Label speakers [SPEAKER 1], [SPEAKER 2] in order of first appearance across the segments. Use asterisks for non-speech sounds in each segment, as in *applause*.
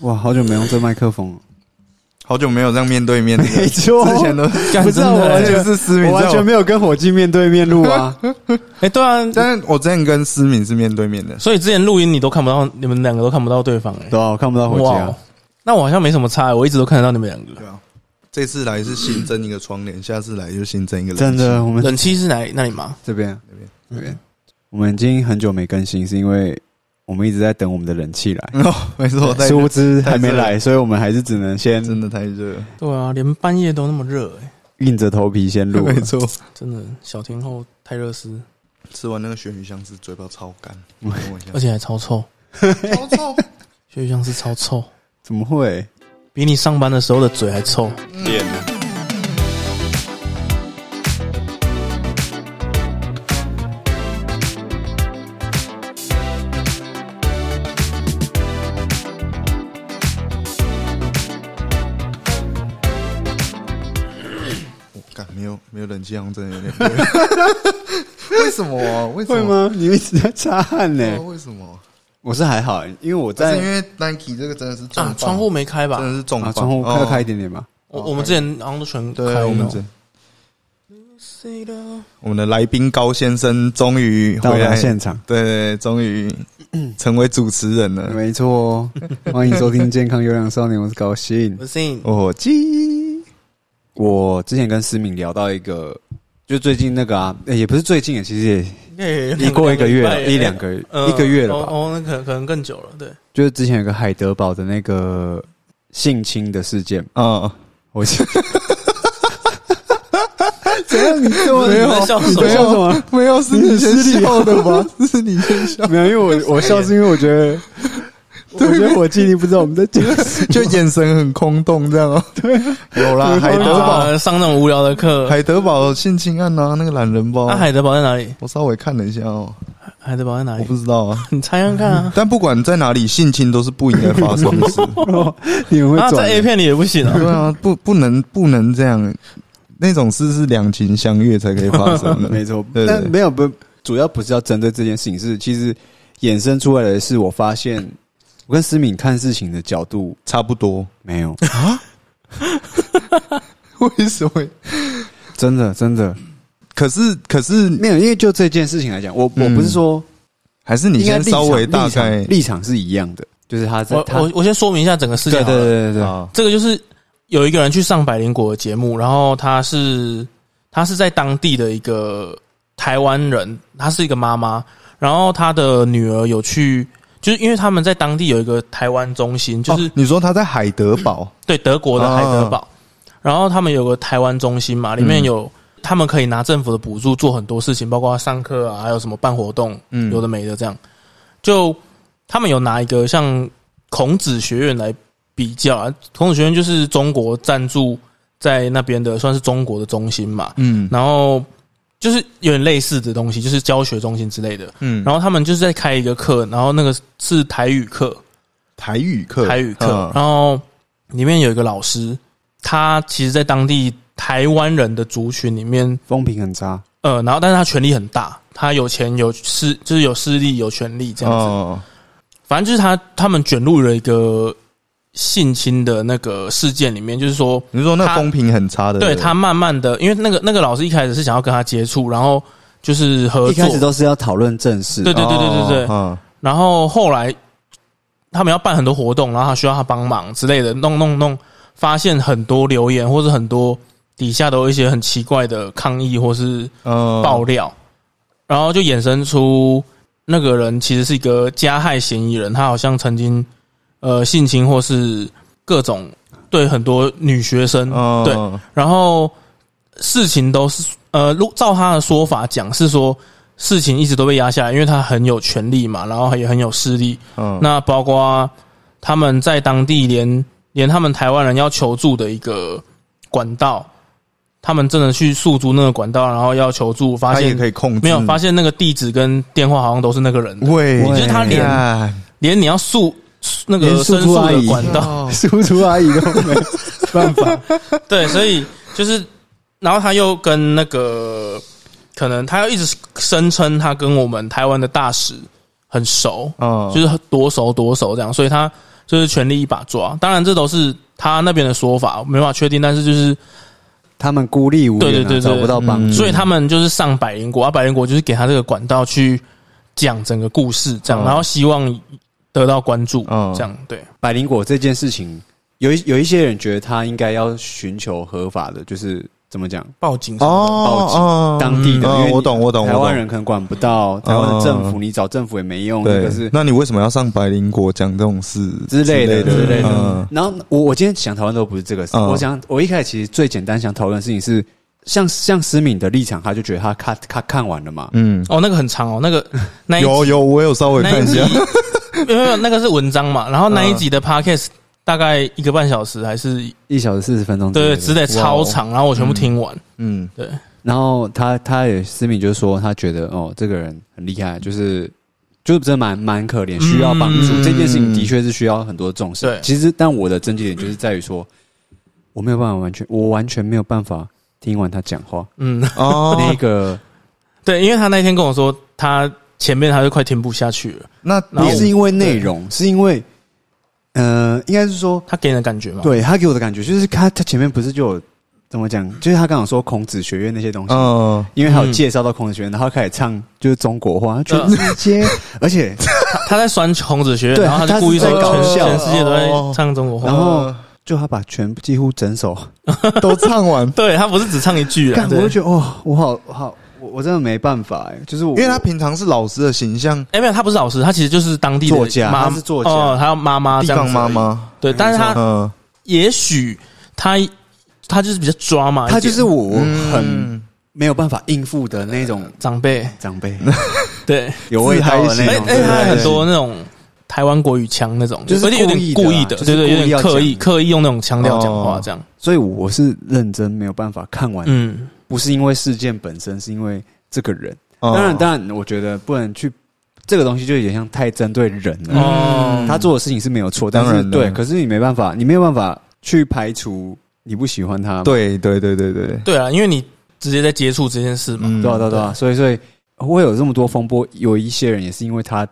[SPEAKER 1] 哇，好久没用这麦克风了，
[SPEAKER 2] 好久没有这样面对面的，
[SPEAKER 1] *laughs* 没错
[SPEAKER 2] 之前都
[SPEAKER 1] 不知道我完
[SPEAKER 2] 完
[SPEAKER 1] 全
[SPEAKER 2] 全是思敏，
[SPEAKER 1] 我完全
[SPEAKER 2] 没。
[SPEAKER 1] 没有跟伙计面对面录啊。
[SPEAKER 3] *laughs* 哎，对啊，
[SPEAKER 2] 但是我之前跟思敏是面对面的，
[SPEAKER 3] 所以之前录音你都看不到，你们两个都看不到对方哎。
[SPEAKER 1] *laughs* 对啊，我看不到伙计啊
[SPEAKER 3] 哇。，哦那我好像没什么差，我一直都看得到你们两个。
[SPEAKER 2] 对啊。这次来是新增一个窗帘，下次来就新增一个冷气
[SPEAKER 1] 真的，我们
[SPEAKER 3] 冷气是哪那里吗？
[SPEAKER 1] 这边
[SPEAKER 2] 这边
[SPEAKER 1] 这嗯边，我们已经很久没更新，是因为我们一直在等我们的冷气来，
[SPEAKER 2] 哦，没错，太
[SPEAKER 1] 殊不知还没
[SPEAKER 2] 太热了
[SPEAKER 1] 来，所以我们还是只能先
[SPEAKER 2] 真的太热了，
[SPEAKER 3] 对啊，连半夜都那么热哎，
[SPEAKER 1] 硬着头皮先 *laughs* 录了。啊
[SPEAKER 2] 没错。
[SPEAKER 3] 真的小天后泰勒斯，
[SPEAKER 2] 吃完那个鳕鱼香是嘴巴超干，
[SPEAKER 1] 嗯
[SPEAKER 2] 等我一下
[SPEAKER 3] 而且还超臭，
[SPEAKER 2] 超臭，
[SPEAKER 3] 血像是超臭，
[SPEAKER 1] 怎么会？
[SPEAKER 3] 比你上班的时候的嘴还臭。
[SPEAKER 2] 脸我哦干没有没有冷气，好像真的有点热。为什么啊？为什
[SPEAKER 1] 会
[SPEAKER 2] 么？
[SPEAKER 1] 吗？你一直在擦汗呢
[SPEAKER 2] 对啊？为什么？
[SPEAKER 1] 我是还好，因为我
[SPEAKER 2] 但是因
[SPEAKER 1] 在
[SPEAKER 2] 为 Nike 这个真的是重
[SPEAKER 3] 啊
[SPEAKER 2] 磅，
[SPEAKER 3] 窗户没开吧
[SPEAKER 2] 真？的是重
[SPEAKER 1] 啊
[SPEAKER 2] 磅，
[SPEAKER 1] 窗户
[SPEAKER 2] 哦
[SPEAKER 1] 要开哦一点点吧。
[SPEAKER 3] 我我们之前好像都全开
[SPEAKER 2] 对，
[SPEAKER 3] 了
[SPEAKER 2] 我们这我们的来宾高先生终于
[SPEAKER 1] 到
[SPEAKER 2] 回
[SPEAKER 1] 达
[SPEAKER 2] 来，
[SPEAKER 1] 现场，
[SPEAKER 2] 对对对，终于成为主持人了。
[SPEAKER 1] 没错哦，欢迎收听《健康有氧少年》，我是高兴。
[SPEAKER 3] 不信 *laughs*
[SPEAKER 2] 我鸡，
[SPEAKER 1] 我之前跟思敏聊到一个，就最近那个啊，诶也不是最近啊，其实
[SPEAKER 3] 也
[SPEAKER 1] 也也 *laughs* 过一个月嗯了，一两个
[SPEAKER 3] 呃
[SPEAKER 1] 一个月了吧。
[SPEAKER 3] 哦，哦那可能可能更久了，对，
[SPEAKER 1] 就是之前有个海德堡的那个性侵的事件，
[SPEAKER 2] 嗯，
[SPEAKER 1] 我是 *laughs* 怎样？你这 *laughs* 么
[SPEAKER 3] 没有你在笑什么
[SPEAKER 1] 你在笑什么？
[SPEAKER 2] 没有是
[SPEAKER 1] 你先笑
[SPEAKER 2] 的吧？是你先笑，
[SPEAKER 1] 没有，因为我我笑是因为我觉得， *laughs* 我觉得我记忆不知道我们在讲什么。
[SPEAKER 2] 就眼神很空洞这样哦。对，
[SPEAKER 1] 啊
[SPEAKER 2] 有啦，海德堡，
[SPEAKER 3] 啊上那种无聊的课。
[SPEAKER 2] 海德堡性侵案啊，那个懒人包
[SPEAKER 3] 那，海德堡在哪里？
[SPEAKER 2] 我稍微看了一下哦，
[SPEAKER 3] 海德堡在哪
[SPEAKER 2] 我
[SPEAKER 3] 里？
[SPEAKER 2] 不知道啊。
[SPEAKER 3] *laughs* 你猜看看啊！
[SPEAKER 2] 但不管在哪里，性侵都是不应该发生的事。
[SPEAKER 1] *laughs* 你们会
[SPEAKER 3] 啊，在
[SPEAKER 1] 转
[SPEAKER 3] A 片里也
[SPEAKER 1] *laughs*
[SPEAKER 3] 不行啊。
[SPEAKER 2] 对啊，不不能不能这样，那种事是两情相悦才可以发 *laughs* 生的。
[SPEAKER 1] *laughs* 没错，
[SPEAKER 2] 对对
[SPEAKER 1] 但没有不，主要不是要针对这件事情，是其实衍生出来的是，我发现我跟思敏看事情的角度
[SPEAKER 2] 差
[SPEAKER 1] *laughs*
[SPEAKER 2] 不多。
[SPEAKER 1] 没有，
[SPEAKER 2] 为什么？
[SPEAKER 1] 真的真的
[SPEAKER 2] 可是可是
[SPEAKER 1] 没有，因为就这件事情来讲，我我
[SPEAKER 2] 嗯
[SPEAKER 1] 不是说
[SPEAKER 2] 还是你
[SPEAKER 1] 应该
[SPEAKER 2] 先
[SPEAKER 1] 立
[SPEAKER 2] 稍
[SPEAKER 1] 场
[SPEAKER 2] 微大
[SPEAKER 1] 立场
[SPEAKER 2] 概
[SPEAKER 1] 立场是一样的，就是他在
[SPEAKER 3] 我
[SPEAKER 1] 他
[SPEAKER 3] 我我先说明一下整个事
[SPEAKER 1] 对
[SPEAKER 3] 件
[SPEAKER 1] 对
[SPEAKER 3] 好了。
[SPEAKER 1] 对对对，
[SPEAKER 2] 啊，
[SPEAKER 3] 这个就是有一个人去上百灵果的节目，然后他是他是在当地的一个台湾人，他是一个妈妈，然后他的女儿有去，就是因为他们在当地有一个台湾中心，就是、
[SPEAKER 2] 哦你说他在海德堡，
[SPEAKER 3] 对德国的海
[SPEAKER 1] 哦
[SPEAKER 3] 德堡，然后他们有个台湾中心嘛，里
[SPEAKER 1] 嗯
[SPEAKER 3] 面有、他们可以拿政府的补助做很多事情，包括上课啊，还有什么办活动，
[SPEAKER 2] 嗯
[SPEAKER 3] 有的没的这样。就他们有拿一个像孔子学院来比较啊，孔子学院就是中国赞助在那边的，算是中国的中心嘛，
[SPEAKER 2] 嗯
[SPEAKER 3] 然后。就是有点类似的东西，就是教学中心之类的。
[SPEAKER 2] 嗯，
[SPEAKER 3] 然后他们就是在开一个课，然后那个是台语课，
[SPEAKER 2] 台语课，
[SPEAKER 3] 台语课，
[SPEAKER 2] 嗯
[SPEAKER 3] 然后里面有一个老师，他其实在当地台湾人的族群里面，
[SPEAKER 1] 风评很差，
[SPEAKER 3] 呃，然后但是他权力很大，他有钱有势，就是有势力有权力这样子，
[SPEAKER 2] 哦，
[SPEAKER 3] 反正就是他他们卷入了一个性侵的那个事件里面，就是说，
[SPEAKER 2] 你是说那
[SPEAKER 3] 他
[SPEAKER 2] 风评很差的，
[SPEAKER 3] 对他慢慢的，因为那个那个老师一开始是想要跟他接触，然后就是合
[SPEAKER 1] 一
[SPEAKER 3] 作
[SPEAKER 1] 开，始都是要讨论正事，
[SPEAKER 3] 对对对对对对，
[SPEAKER 2] 啊，
[SPEAKER 3] 然后后来他们要办很多活动，然后他需要他帮忙之类的，弄弄弄，发现很多留言或者很多底下都有一些很奇怪的抗议或是
[SPEAKER 2] 嗯
[SPEAKER 3] 爆料，然后就衍生出那个人其实是一个加害嫌疑人，他好像曾经呃性侵或是各种对很多女学生，
[SPEAKER 2] 嗯
[SPEAKER 3] 对，然后事情都是呃，如照他的说法讲是说事情一直都被压下来，因为他很有权力嘛，然后也很有势力。
[SPEAKER 2] 嗯
[SPEAKER 3] 那包括他们在当地连连他们台湾人要求助的一个管道，他们真的去诉诸那个管道，然后要求助，发
[SPEAKER 2] 他也
[SPEAKER 3] 现
[SPEAKER 2] 可以控制，
[SPEAKER 3] 没有发现那个地址跟电话好像都是那个
[SPEAKER 1] 嗯
[SPEAKER 3] 人的，
[SPEAKER 2] 喂，哎
[SPEAKER 1] 就是他
[SPEAKER 3] 连
[SPEAKER 1] *laughs*
[SPEAKER 2] 干
[SPEAKER 3] 连你要诉诉那
[SPEAKER 1] 连
[SPEAKER 3] 个
[SPEAKER 1] 诉诸
[SPEAKER 3] 申诉
[SPEAKER 1] 阿
[SPEAKER 3] 的
[SPEAKER 1] 姨
[SPEAKER 3] 管
[SPEAKER 1] *laughs*
[SPEAKER 3] 道。
[SPEAKER 1] 叔叔阿姨都没办法，
[SPEAKER 3] 对，所以就是，然后他又跟那个，可能他又一直声称他跟我们台湾的大使很熟，
[SPEAKER 2] 哦
[SPEAKER 3] *laughs* 就是多熟多熟这样，所以他就是全力一把抓。当然，这都是他那边的说法，我没办法确定。但是就是，
[SPEAKER 1] 他们孤立无援、啊，
[SPEAKER 3] 对对对对嗯
[SPEAKER 1] 找不到帮助，
[SPEAKER 3] 所以他们就是上百灵国，啊，百灵国就是给他这个管道去讲整个故事，这
[SPEAKER 1] 哦
[SPEAKER 2] 嗯
[SPEAKER 3] 样，然后希望得到关注，
[SPEAKER 2] 嗯
[SPEAKER 3] 这样对。
[SPEAKER 1] 百灵果这件事情，有一有一些人觉得他应该要寻求合法的，就是怎么讲，
[SPEAKER 3] 报警什
[SPEAKER 2] 哦
[SPEAKER 3] 么的
[SPEAKER 2] 哦，
[SPEAKER 1] 当地的，
[SPEAKER 2] 嗯
[SPEAKER 1] 因为你
[SPEAKER 2] 我懂我懂，
[SPEAKER 1] 台
[SPEAKER 2] 我
[SPEAKER 1] 湾
[SPEAKER 2] 懂嗯
[SPEAKER 1] 人可能管不到，台湾的政府、你找政府也没用，这
[SPEAKER 2] 对
[SPEAKER 1] 个是，
[SPEAKER 2] 那你为什么要上百灵国讲这种事
[SPEAKER 1] 之类的之类的
[SPEAKER 2] 嗯
[SPEAKER 1] 然后我我今天想讨论的都不是这个事，
[SPEAKER 2] 嗯
[SPEAKER 1] 我想我一开始其实最简单想讨论的事情是，像像思敏的立场，他就觉得他看他看完了嘛，
[SPEAKER 2] 嗯，
[SPEAKER 3] 哦，那个很长哦，那
[SPEAKER 1] *laughs*
[SPEAKER 3] 个那一集
[SPEAKER 2] 有有，我有稍微
[SPEAKER 3] 那
[SPEAKER 2] 看
[SPEAKER 3] 一
[SPEAKER 2] 一
[SPEAKER 3] 集
[SPEAKER 2] 下，
[SPEAKER 3] *laughs* 没有没有，那个是文章嘛，然后那一
[SPEAKER 2] 嗯
[SPEAKER 3] 集的 podcast 大概一个半小时还是
[SPEAKER 1] 一小时四十分钟之类
[SPEAKER 3] 对
[SPEAKER 1] 的，
[SPEAKER 3] 之类
[SPEAKER 1] 哦
[SPEAKER 3] 超长，然后我全部听完，
[SPEAKER 2] 嗯，
[SPEAKER 3] 对，
[SPEAKER 1] 然后他他也思敏就说，他觉得哦，这个人很厉害，就是就是真的蛮蛮可怜，需要帮助。
[SPEAKER 3] 嗯
[SPEAKER 1] 这件事情的确是需要很多重视。
[SPEAKER 3] 对
[SPEAKER 1] 其实但我的症结点就是在于说，我没有办法完全，我完全没有办法听完他讲话。
[SPEAKER 3] 嗯， *laughs*
[SPEAKER 1] 那
[SPEAKER 2] 哦，
[SPEAKER 1] 个
[SPEAKER 3] 对，因为他那天跟我说，他前面他就快听不下去了，
[SPEAKER 2] 那
[SPEAKER 1] 不
[SPEAKER 3] 然后
[SPEAKER 1] 是因为内容，是因为呃，应该是说，
[SPEAKER 3] 他给人的感觉嘛，
[SPEAKER 1] 对他给我的感觉就是他他前面不是就有怎么讲，就是他刚刚说孔子学院那些东西。
[SPEAKER 2] 嗯，
[SPEAKER 1] 因为还有
[SPEAKER 3] 嗯
[SPEAKER 1] 介绍到孔子学院，然后开始唱就是中国话，全
[SPEAKER 3] 嗯
[SPEAKER 1] 世界， *laughs* 而且
[SPEAKER 3] 他他在酸孔子学院，
[SPEAKER 1] 对
[SPEAKER 3] 然后他
[SPEAKER 1] 他
[SPEAKER 3] 就故意说
[SPEAKER 1] 他是在搞
[SPEAKER 3] 全
[SPEAKER 1] 笑哦
[SPEAKER 3] 全世界都在唱中国
[SPEAKER 1] 然
[SPEAKER 3] 话，，
[SPEAKER 1] 后就他把全几乎整首，
[SPEAKER 2] 都唱完
[SPEAKER 3] 对他不是只唱一句啊
[SPEAKER 1] 干，，我
[SPEAKER 3] 对
[SPEAKER 1] 就觉得哦，我好我好，我我真的没办法哎，就是我
[SPEAKER 2] *laughs* 因为他平常是老师的形象，
[SPEAKER 3] 哎没有，他不是老师，他其实就是当地的
[SPEAKER 1] 作家
[SPEAKER 3] 妈
[SPEAKER 1] 他是作家
[SPEAKER 3] 哦，还有妈妈
[SPEAKER 2] 地
[SPEAKER 3] 这样
[SPEAKER 2] 方
[SPEAKER 3] 子
[SPEAKER 2] 妈
[SPEAKER 3] 而已，啊
[SPEAKER 2] 妈，
[SPEAKER 3] 对，但是他
[SPEAKER 2] 嗯，
[SPEAKER 3] 也许他他就是比较抓嘛，
[SPEAKER 1] 他就是我我很
[SPEAKER 2] 嗯
[SPEAKER 1] 没有办法应付的那种
[SPEAKER 3] 长辈，
[SPEAKER 1] 长
[SPEAKER 2] *laughs*
[SPEAKER 1] 辈，
[SPEAKER 3] 对，
[SPEAKER 1] 有味道的那
[SPEAKER 3] 哎
[SPEAKER 1] 种，
[SPEAKER 3] 哎，
[SPEAKER 1] 对
[SPEAKER 3] 他
[SPEAKER 1] 对
[SPEAKER 3] 很
[SPEAKER 1] 对
[SPEAKER 3] 多那种台湾国语腔那种，
[SPEAKER 1] 就是
[SPEAKER 3] 而且有点
[SPEAKER 1] 故
[SPEAKER 3] 故
[SPEAKER 1] 意
[SPEAKER 3] 意
[SPEAKER 1] 的
[SPEAKER 3] 的，
[SPEAKER 1] 啊
[SPEAKER 3] 对对，
[SPEAKER 1] 就是
[SPEAKER 3] 有点
[SPEAKER 1] 故
[SPEAKER 3] 刻
[SPEAKER 1] 意要
[SPEAKER 3] 意
[SPEAKER 1] 讲
[SPEAKER 3] 刻意用那种腔调讲话
[SPEAKER 2] 哦
[SPEAKER 3] 这样。
[SPEAKER 1] 所以我是认真没有办法看完，
[SPEAKER 3] 嗯，
[SPEAKER 1] 不是因为事件本身，是因为这个人。
[SPEAKER 2] 哦
[SPEAKER 1] 当然，当然，我觉得不能去这个东西就有点像太针对人了。
[SPEAKER 3] 哦，
[SPEAKER 1] 他做的事情是没有错，但
[SPEAKER 2] 嗯当然
[SPEAKER 1] 是对，
[SPEAKER 2] 当然
[SPEAKER 1] 可是你没办法，你没有办法去排除你不喜欢他嘛。
[SPEAKER 2] 对对对对对，
[SPEAKER 3] 对啊，因为你直接在接触这件事嘛，
[SPEAKER 2] 嗯
[SPEAKER 1] 对啊，对啊，对啊，所以所以会有这么多风波，有一些人也是因为他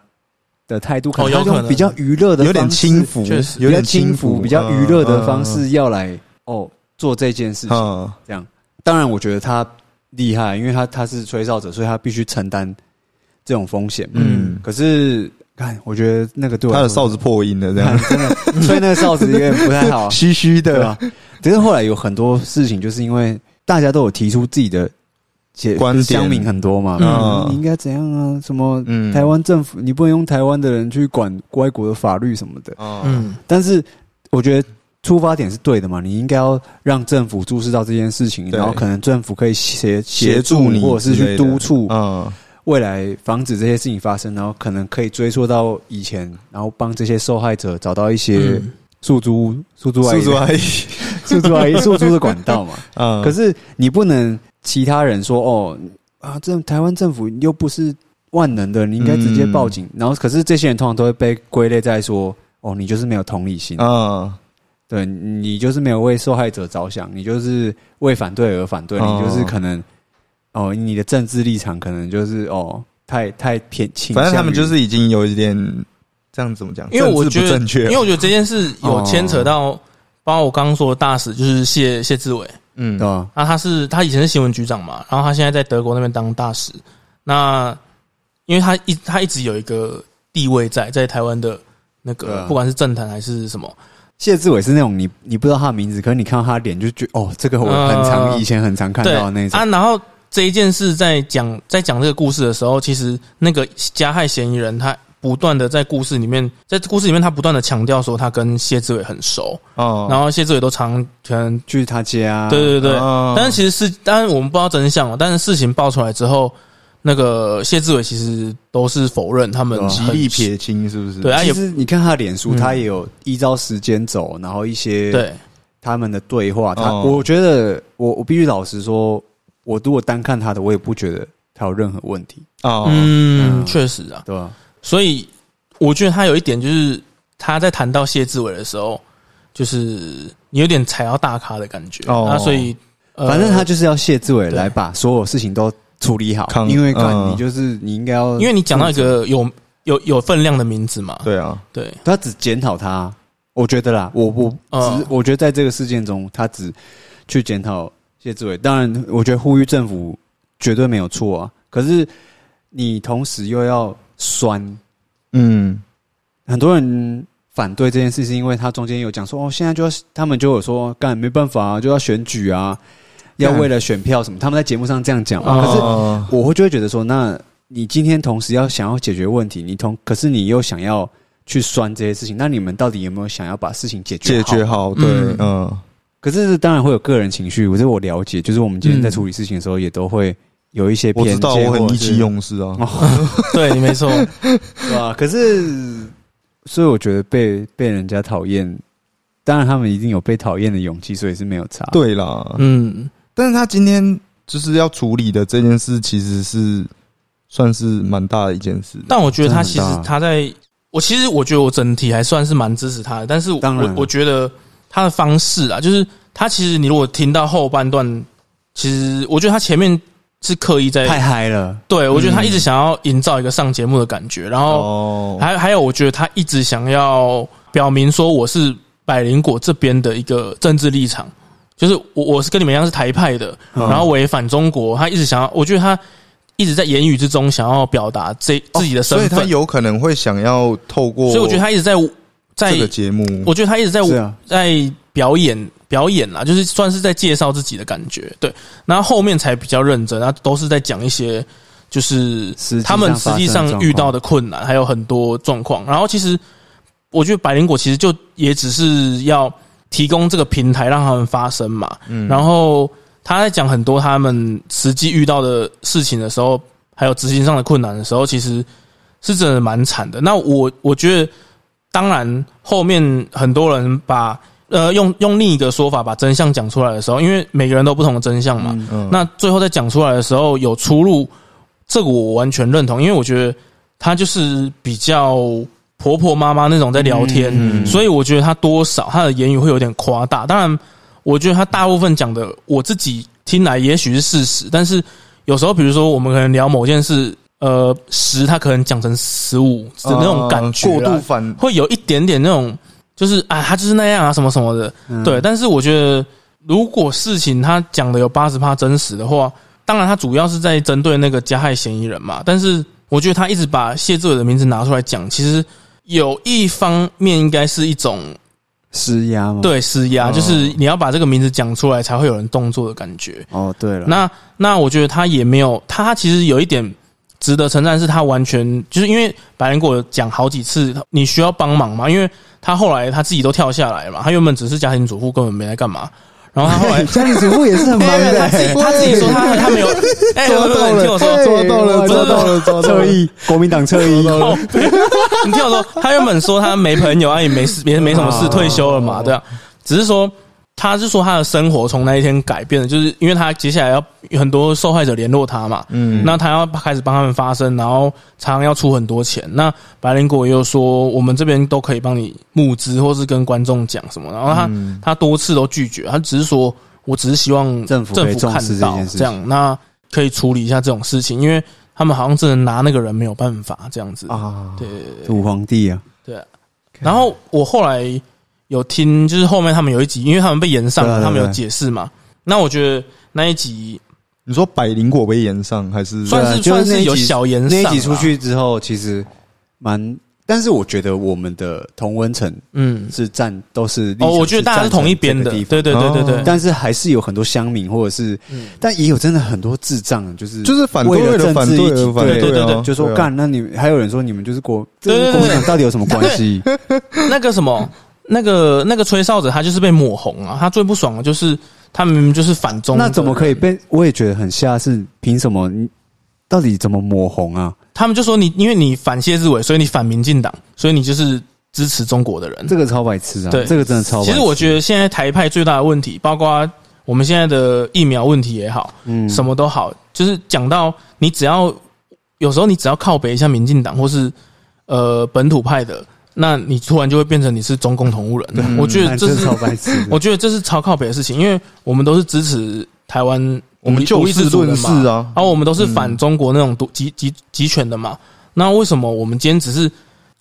[SPEAKER 1] 的态度，可
[SPEAKER 3] 哦
[SPEAKER 1] 能他
[SPEAKER 3] 有可能
[SPEAKER 1] 用比较娱乐的方式，
[SPEAKER 2] 有点轻浮
[SPEAKER 3] 确，实
[SPEAKER 1] 有
[SPEAKER 2] 有
[SPEAKER 1] 点
[SPEAKER 2] 点
[SPEAKER 1] 轻浮，比较娱乐的方，式啊要来哦做这件事
[SPEAKER 2] 嗯
[SPEAKER 1] 情。
[SPEAKER 2] 嗯
[SPEAKER 1] 当然，我觉得他厉害，因为他他是吹哨者，所以他必须承担这种风险嘛。
[SPEAKER 2] 嗯
[SPEAKER 1] 可是看，我觉得那个对啊
[SPEAKER 2] 嗯，
[SPEAKER 1] 我
[SPEAKER 2] 他
[SPEAKER 1] 来
[SPEAKER 2] 的
[SPEAKER 1] 说
[SPEAKER 2] 哨子破音了这
[SPEAKER 1] 看 *laughs*
[SPEAKER 2] 样，啊
[SPEAKER 1] 真的吹那个哨子有点不太好，
[SPEAKER 2] 虚虚
[SPEAKER 1] 对
[SPEAKER 2] 的
[SPEAKER 1] 吧？只是后来有很多事情，就是因为大家都有提出自己的解
[SPEAKER 2] 观点
[SPEAKER 1] 乡民很多嘛，
[SPEAKER 2] 嗯
[SPEAKER 1] 你应该怎样啊？什么
[SPEAKER 2] 嗯
[SPEAKER 1] 台湾政府，你不能用台湾的人去管外国的法律什么的。
[SPEAKER 2] 嗯
[SPEAKER 3] 嗯，
[SPEAKER 1] 但是我觉得出发点是对的嘛，你应该要让政府注视到这件事情，
[SPEAKER 2] 对
[SPEAKER 1] 然后可能政府可以协
[SPEAKER 2] 协助
[SPEAKER 1] 助
[SPEAKER 2] 你
[SPEAKER 1] 或者是
[SPEAKER 2] 之
[SPEAKER 1] 去
[SPEAKER 2] 类的
[SPEAKER 1] 督促
[SPEAKER 2] 嗯
[SPEAKER 1] 未来防止这些事情发生，然后可能可以追溯到以前，然后帮这些受害者找到一些
[SPEAKER 3] 嗯
[SPEAKER 1] 诉诸诉诸
[SPEAKER 2] 叔叔阿姨，
[SPEAKER 1] 诉诸阿姨诉诸的管道嘛。
[SPEAKER 2] *laughs* 嗯，
[SPEAKER 1] 可是你不能其他人说哦啊，这台湾政府又不是万能的，你应该直接报
[SPEAKER 2] 嗯
[SPEAKER 1] 警。然后，可是这些人通常都会被归类在说哦，你就是没有同理心，
[SPEAKER 2] 嗯
[SPEAKER 1] 对你就是没有为受害者着想，你就是为反对而反对，
[SPEAKER 2] 哦
[SPEAKER 1] 你就是可能哦，你的政治立场可能就是哦。太太偏倾向于，
[SPEAKER 2] 反正他们就是已经有一点这样怎么讲，
[SPEAKER 3] 因为我
[SPEAKER 2] 政治
[SPEAKER 3] 觉
[SPEAKER 2] 不
[SPEAKER 3] 得，
[SPEAKER 2] 正确，
[SPEAKER 3] 因为我觉得这件事有牵扯到，
[SPEAKER 1] 哦
[SPEAKER 3] 包括我刚刚说的大使就是谢谢志伟，
[SPEAKER 2] 嗯
[SPEAKER 1] 对啊吧？
[SPEAKER 3] 那他是他以前是新闻局长嘛，然后他现在在德国那边当大使。那因为他一他一直有一个地位在在台湾的那
[SPEAKER 1] 对
[SPEAKER 3] 个
[SPEAKER 1] 啊，
[SPEAKER 3] 不管是政坛还是什么，
[SPEAKER 1] 谢志伟是那种你你不知道他的名字，可是你看到他的脸就觉得哦，这个我很常、
[SPEAKER 2] 呃
[SPEAKER 3] 嗯
[SPEAKER 1] 以前很常看
[SPEAKER 3] 对
[SPEAKER 1] 到的那种。
[SPEAKER 3] 啊。然后这一件事在讲在讲这个故事的时候，其实那个加害嫌疑人他不断的在故事里面，在故事里面他不断的强调说他跟谢志伟很熟，
[SPEAKER 2] 哦，
[SPEAKER 3] 然后谢志伟都常可能
[SPEAKER 1] 去他家，啊
[SPEAKER 3] 对对对，
[SPEAKER 1] 嗯
[SPEAKER 2] 哦
[SPEAKER 3] 但是其实是，当然我们不知道真相嘛。啊但是事情爆出来之后，那个谢志伟其实都是否认他们
[SPEAKER 1] 对啊
[SPEAKER 3] 很
[SPEAKER 2] 极力撇清是不是？
[SPEAKER 3] 对啊
[SPEAKER 1] 其
[SPEAKER 3] 也
[SPEAKER 1] 实你看他的脸书，
[SPEAKER 3] 嗯
[SPEAKER 1] 他也有依照时间走，然后一些
[SPEAKER 3] 对嗯
[SPEAKER 1] 他们的对话。他
[SPEAKER 2] 哦
[SPEAKER 1] 我觉得，我我必须老实说，我如果单看他的，我也不觉得他有任何问题，
[SPEAKER 2] 哦，
[SPEAKER 3] 嗯，
[SPEAKER 1] 嗯
[SPEAKER 3] 确实啊。
[SPEAKER 1] 对吧？
[SPEAKER 3] 所以我觉得他有一点就是他在谈到谢志伟的时候，就是你有点踩到大咖的感觉
[SPEAKER 2] 哦
[SPEAKER 3] 啊。所以呃
[SPEAKER 1] 反正他就是要谢志伟
[SPEAKER 3] 对
[SPEAKER 1] 来把所有事情都处理好，
[SPEAKER 2] 扛
[SPEAKER 1] 因为看
[SPEAKER 2] 嗯
[SPEAKER 1] 你就是你应该要，
[SPEAKER 3] 因为你讲到一个有有有分量的名字嘛，
[SPEAKER 2] 对啊，
[SPEAKER 3] 对
[SPEAKER 1] 他只检讨他，我觉得啦，我我
[SPEAKER 3] 嗯
[SPEAKER 1] 只我觉得在这个事件中，他只去检讨谢志伟。当然，我觉得呼吁政府绝对没有错啊。可是你同时又要酸，
[SPEAKER 2] 嗯，
[SPEAKER 1] 很多人反对这件事，是因为他中间有讲说，哦，现在就要他们就有说，干没办法、啊，就要选举啊，要为了选票什么，他们在节目上这样讲嘛。
[SPEAKER 3] 哦
[SPEAKER 1] 可是
[SPEAKER 2] 哦
[SPEAKER 1] 我会就会觉得说，那你今天同时要想要解决问题，你同可是你又想要去酸这些事情，那你们到底有没有想要把事情解决
[SPEAKER 2] 解
[SPEAKER 1] 好？
[SPEAKER 2] 决好，对，
[SPEAKER 3] 嗯
[SPEAKER 2] 嗯，
[SPEAKER 1] 可是当然会有个人情绪，我这我了解，就是我们今天在处理事情的时候，也都会有一些
[SPEAKER 2] 我
[SPEAKER 1] 偏
[SPEAKER 2] 知
[SPEAKER 1] 见，
[SPEAKER 2] 道，我很意气
[SPEAKER 1] 用，
[SPEAKER 2] 用事啊，
[SPEAKER 3] 嗯
[SPEAKER 1] *laughs*
[SPEAKER 3] 对你没错，
[SPEAKER 1] 对吧？可是，所以我觉得被被人家讨厌，当然他们一定有被讨厌的勇气，所以是没有差。，
[SPEAKER 2] 对啦，
[SPEAKER 3] 嗯，
[SPEAKER 2] 但是他今天就是要处理的这件事，其实是算是蛮大的一件事。
[SPEAKER 3] 但我觉得他其实
[SPEAKER 1] 真的很大
[SPEAKER 3] 他在，我其实我觉得我整体还算是蛮支持他的，但是我
[SPEAKER 1] 当然
[SPEAKER 3] 我我觉得他的方式啊，就是他其实你如果听到后半段，其实我觉得他前面是刻意
[SPEAKER 1] 太
[SPEAKER 3] 在，
[SPEAKER 1] 嗨了，
[SPEAKER 3] 对我
[SPEAKER 1] 嗯
[SPEAKER 3] 觉得他一直想要营造一个上节目的感觉，然后
[SPEAKER 2] 哦，
[SPEAKER 3] 还还有我觉得他一直想要表明说我是百灵果这边的一个政治立场，就是我我是跟你们一样是台派的，
[SPEAKER 1] 嗯
[SPEAKER 3] 然后违反中国，他一直想要，我觉得他。一直在言语之中想要表达这
[SPEAKER 1] 哦
[SPEAKER 3] 自己的身
[SPEAKER 2] 所以
[SPEAKER 3] 份，
[SPEAKER 2] 他有可能会想要透过，
[SPEAKER 3] 所以我觉得他一直在在
[SPEAKER 2] 这，个节目，
[SPEAKER 3] 哎我觉得他一直在
[SPEAKER 1] 是啊，
[SPEAKER 3] 在表演表演啦，就是算是在介绍自己的感觉，对。然后后面才比较认真，他都是在讲一些就是
[SPEAKER 1] 实际上
[SPEAKER 3] 他们实际
[SPEAKER 1] 发生的状
[SPEAKER 3] 上
[SPEAKER 1] 况
[SPEAKER 3] 遇到的困难，还有很多状况。然后其实我觉得百灵果其实就也只是要提供这个平台让他们发声嘛，
[SPEAKER 2] 嗯
[SPEAKER 3] 然后他在讲很多他们实际遇到的事情的时候，还有执行上的困难的时候，其实是真的蛮惨的。那我我觉得，当然后面很多人把呃用用另一个说法把真相讲出来的时候，因为每个人都有不同的真相嘛，
[SPEAKER 1] 嗯
[SPEAKER 2] 嗯
[SPEAKER 3] 那最后在讲出来的时候有出入，这个我完全认同，因为我觉得他就是比较婆婆妈妈那种在聊天，
[SPEAKER 1] 嗯
[SPEAKER 3] 所以我觉得他多少他的言语会有点夸大。当然，我觉得他大部分讲的我自己听来也许是事实，但是有时候比如说我们可能聊某件事，呃，十他可能讲成十五的那种感觉啊
[SPEAKER 2] 呃
[SPEAKER 3] 啦、
[SPEAKER 2] 过度反，
[SPEAKER 3] 会有一点点那种，就是啊，他就是那样啊，什么什么的。
[SPEAKER 1] 嗯
[SPEAKER 3] 对，但是我觉得，如果事情他讲的有八十趴真实的话，当然他主要是在针对那个加害嫌疑人嘛。但是我觉得他一直把谢志伟的名字拿出来讲，其实有一方面应该是一种
[SPEAKER 1] 施压吗？，
[SPEAKER 3] 对施压，
[SPEAKER 2] 嗯
[SPEAKER 3] 就是你要把这个名字讲出来，才会有人动作的感觉。
[SPEAKER 1] 哦，对了，
[SPEAKER 3] 那那我觉得他也没有，他其实有一点值得称赞，是他完全就是因为白灵果讲好几次你需要帮忙嘛，因为他后来他自己都跳下来嘛，他原本只是家庭主妇，根本没来干嘛，然后他后
[SPEAKER 1] *laughs*
[SPEAKER 3] 来
[SPEAKER 1] 家庭主妇也是很忙
[SPEAKER 3] 对 *laughs*
[SPEAKER 1] 的
[SPEAKER 3] 他，自己他自己说他
[SPEAKER 2] *laughs*
[SPEAKER 3] 他没有，哎、我
[SPEAKER 2] 抓到
[SPEAKER 3] 你听
[SPEAKER 2] 了，
[SPEAKER 3] 我说，
[SPEAKER 2] 抓到了，
[SPEAKER 1] 不是
[SPEAKER 2] 抓到了，抓到
[SPEAKER 1] 侧
[SPEAKER 2] 了，
[SPEAKER 1] 翼，国民党侧翼，
[SPEAKER 3] 哦， *laughs* 你听我说，他原本说他没朋友，啊也没事，没没什么事，退休了
[SPEAKER 2] 哦
[SPEAKER 3] 嘛，对啊，只是说。他是说他的生活从那一天改变了，就是因为他接下来要有很多受害者联络他嘛，
[SPEAKER 2] 嗯
[SPEAKER 3] 那他要开始帮他们发声，然后常常要出很多钱。那白灵果也有说，我们这边都可以帮你募资，或是跟观众讲什么。然后他、
[SPEAKER 1] 嗯
[SPEAKER 2] 嗯
[SPEAKER 3] 他多次都拒绝，他只是说，我只是希望
[SPEAKER 1] 政府可以
[SPEAKER 3] 政府
[SPEAKER 1] 重视这
[SPEAKER 3] 看到
[SPEAKER 1] 件事情
[SPEAKER 3] 这样，那可以处理一下这种事情，因为他们好像真的拿那个人没有办法这样子。
[SPEAKER 1] 啊，
[SPEAKER 3] 对对
[SPEAKER 1] 武皇帝啊，
[SPEAKER 3] 对对。然后我后来有听，就是后面他们有一集，因为他们被延上
[SPEAKER 1] 对啊
[SPEAKER 3] 了，
[SPEAKER 1] 对啊
[SPEAKER 3] 他们有
[SPEAKER 1] 对啊
[SPEAKER 3] 解释嘛。那我觉得那一集
[SPEAKER 2] 你说百灵果被延上还是？
[SPEAKER 3] 算是
[SPEAKER 1] 就是
[SPEAKER 3] 算
[SPEAKER 1] 那
[SPEAKER 3] 是
[SPEAKER 1] 一
[SPEAKER 3] 有
[SPEAKER 1] 集
[SPEAKER 3] 小延上
[SPEAKER 1] 那一集
[SPEAKER 3] 啦
[SPEAKER 1] 出，去之后，其实蛮，但是我觉得我们的同温层
[SPEAKER 3] 嗯，
[SPEAKER 1] 是站都是立场
[SPEAKER 3] 哦，我觉得大家是
[SPEAKER 1] 站成
[SPEAKER 3] 同一边
[SPEAKER 1] 这
[SPEAKER 3] 的
[SPEAKER 1] 个地，方
[SPEAKER 3] 对对对对对，
[SPEAKER 1] 但是还是有很多乡民或者是，
[SPEAKER 3] 嗯
[SPEAKER 1] 但也有真的很多智障，就是
[SPEAKER 2] 就是反对
[SPEAKER 1] 为了
[SPEAKER 2] 了
[SPEAKER 1] 政
[SPEAKER 2] 反
[SPEAKER 1] 治
[SPEAKER 2] 对
[SPEAKER 1] 议
[SPEAKER 2] 了
[SPEAKER 1] 题
[SPEAKER 2] 反
[SPEAKER 3] 对对
[SPEAKER 2] 对
[SPEAKER 3] 对
[SPEAKER 2] 啊
[SPEAKER 3] 对
[SPEAKER 1] 就说
[SPEAKER 2] 对啊
[SPEAKER 1] 干，那你们还有人说你们就是国，这
[SPEAKER 3] 对对
[SPEAKER 1] 跟国
[SPEAKER 3] 对
[SPEAKER 1] 民党到底有什么关系？
[SPEAKER 2] 啊
[SPEAKER 3] 那个什么，那个那个吹哨者，他就是被抹红啊，他最不爽的就是他明明就是反中，
[SPEAKER 1] 那怎么可以？被？我也觉得很吓，是凭什么？你到底怎么抹红啊？
[SPEAKER 3] 他们就说你，因为你反谢志伟，所以你反民进党，所以你就是支持中国的人。
[SPEAKER 1] 这个超白痴啊！
[SPEAKER 3] 对
[SPEAKER 1] 这个真的超白痴。
[SPEAKER 3] 其实我觉得现在台派最大的问题，包括我们现在的疫苗问题也好，
[SPEAKER 1] 嗯
[SPEAKER 3] 什么都好，就是讲到你只要有时候你只要靠北一下民进党或是呃本土派的，那你突然就会变成你是中共同路人。我觉
[SPEAKER 2] 嗯
[SPEAKER 3] 得
[SPEAKER 1] 哎
[SPEAKER 3] 这
[SPEAKER 1] 真的
[SPEAKER 3] 是
[SPEAKER 1] 超白痴的。
[SPEAKER 3] 我觉得这是超靠北的事情，因为我们都是支持台湾
[SPEAKER 2] 我们
[SPEAKER 3] 独
[SPEAKER 2] 就
[SPEAKER 3] 立
[SPEAKER 2] 事
[SPEAKER 3] 自主的
[SPEAKER 2] 论事
[SPEAKER 3] 嘛，
[SPEAKER 2] 啊嗯
[SPEAKER 3] 然，后我们都是反中国那种独集集集权的嘛。那为什么我们今天只是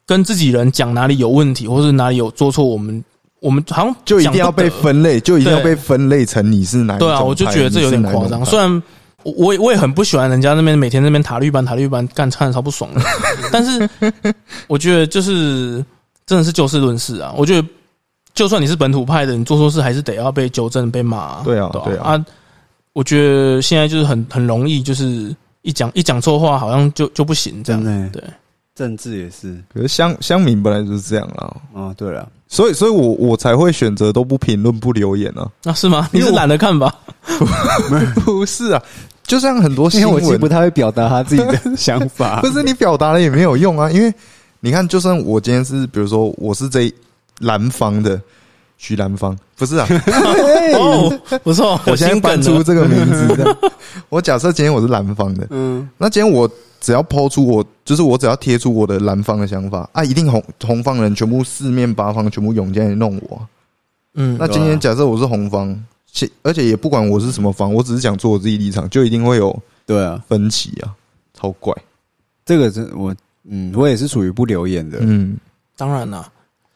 [SPEAKER 3] 跟自己人讲哪里有问题，或是哪里有做错，我们我们好像
[SPEAKER 2] 就一定
[SPEAKER 3] 讲
[SPEAKER 2] 要
[SPEAKER 3] 不得
[SPEAKER 2] 被分类，就一定要被
[SPEAKER 3] 对
[SPEAKER 2] 分类成你是哪一种
[SPEAKER 3] 对啊，我就
[SPEAKER 2] 派
[SPEAKER 3] 觉得这有点夸张。虽。然我我也我也很不喜欢人家那边每天那边塔绿班塔绿班干，看着超不爽
[SPEAKER 2] *laughs*
[SPEAKER 3] 的。但是我觉得就是真的是就事论事啊。我觉得就算你是本土派的，你做错事还是得要被纠正、被骂、
[SPEAKER 2] 对啊对啊
[SPEAKER 3] 啊，我觉得现在就是很很容易，就是一讲一讲错话，好像就就不行这
[SPEAKER 1] 真
[SPEAKER 3] 样。
[SPEAKER 1] 的欸
[SPEAKER 3] 对，
[SPEAKER 1] 政治也是
[SPEAKER 2] 你是哪一种派可是乡乡民本来就是这样啦，
[SPEAKER 1] 哦。对了，
[SPEAKER 2] 所以所以我我才会选择都不评论不留言啊， *laughs*
[SPEAKER 3] 那、是吗？你
[SPEAKER 2] 因为
[SPEAKER 3] 是
[SPEAKER 2] 我
[SPEAKER 3] 懒得看吧？
[SPEAKER 2] 不是啊，就像很多
[SPEAKER 1] 因为
[SPEAKER 2] 新
[SPEAKER 1] 我其实
[SPEAKER 2] 闻啊
[SPEAKER 1] 不太会表达他自己的 *laughs* 想法
[SPEAKER 2] 不。是你表达了也没有用啊，因为你看，就算我今天是，比如说我是这一蓝方的徐蓝方，不 *laughs* 是啊，
[SPEAKER 3] 哦，不错，
[SPEAKER 2] 我现在
[SPEAKER 3] 心梗
[SPEAKER 2] 搬
[SPEAKER 3] 了
[SPEAKER 2] 出这个名 *laughs* 字这样。我假设今天我是蓝方的，
[SPEAKER 1] 嗯，
[SPEAKER 2] 那今天我只要抛出我，就是我只要贴出我的蓝方的想法啊，一定红红方人全部四面八方全部涌进来弄我啊。
[SPEAKER 3] 嗯，
[SPEAKER 2] 那今天假设我是红方，且而且也不管我是什么方，我只是想做我自己立场，就一定会有
[SPEAKER 1] 对啊，
[SPEAKER 2] 分歧啊，超怪。
[SPEAKER 1] 这个是我嗯，我也是属于不留言的。
[SPEAKER 2] 嗯，
[SPEAKER 3] 当然啦。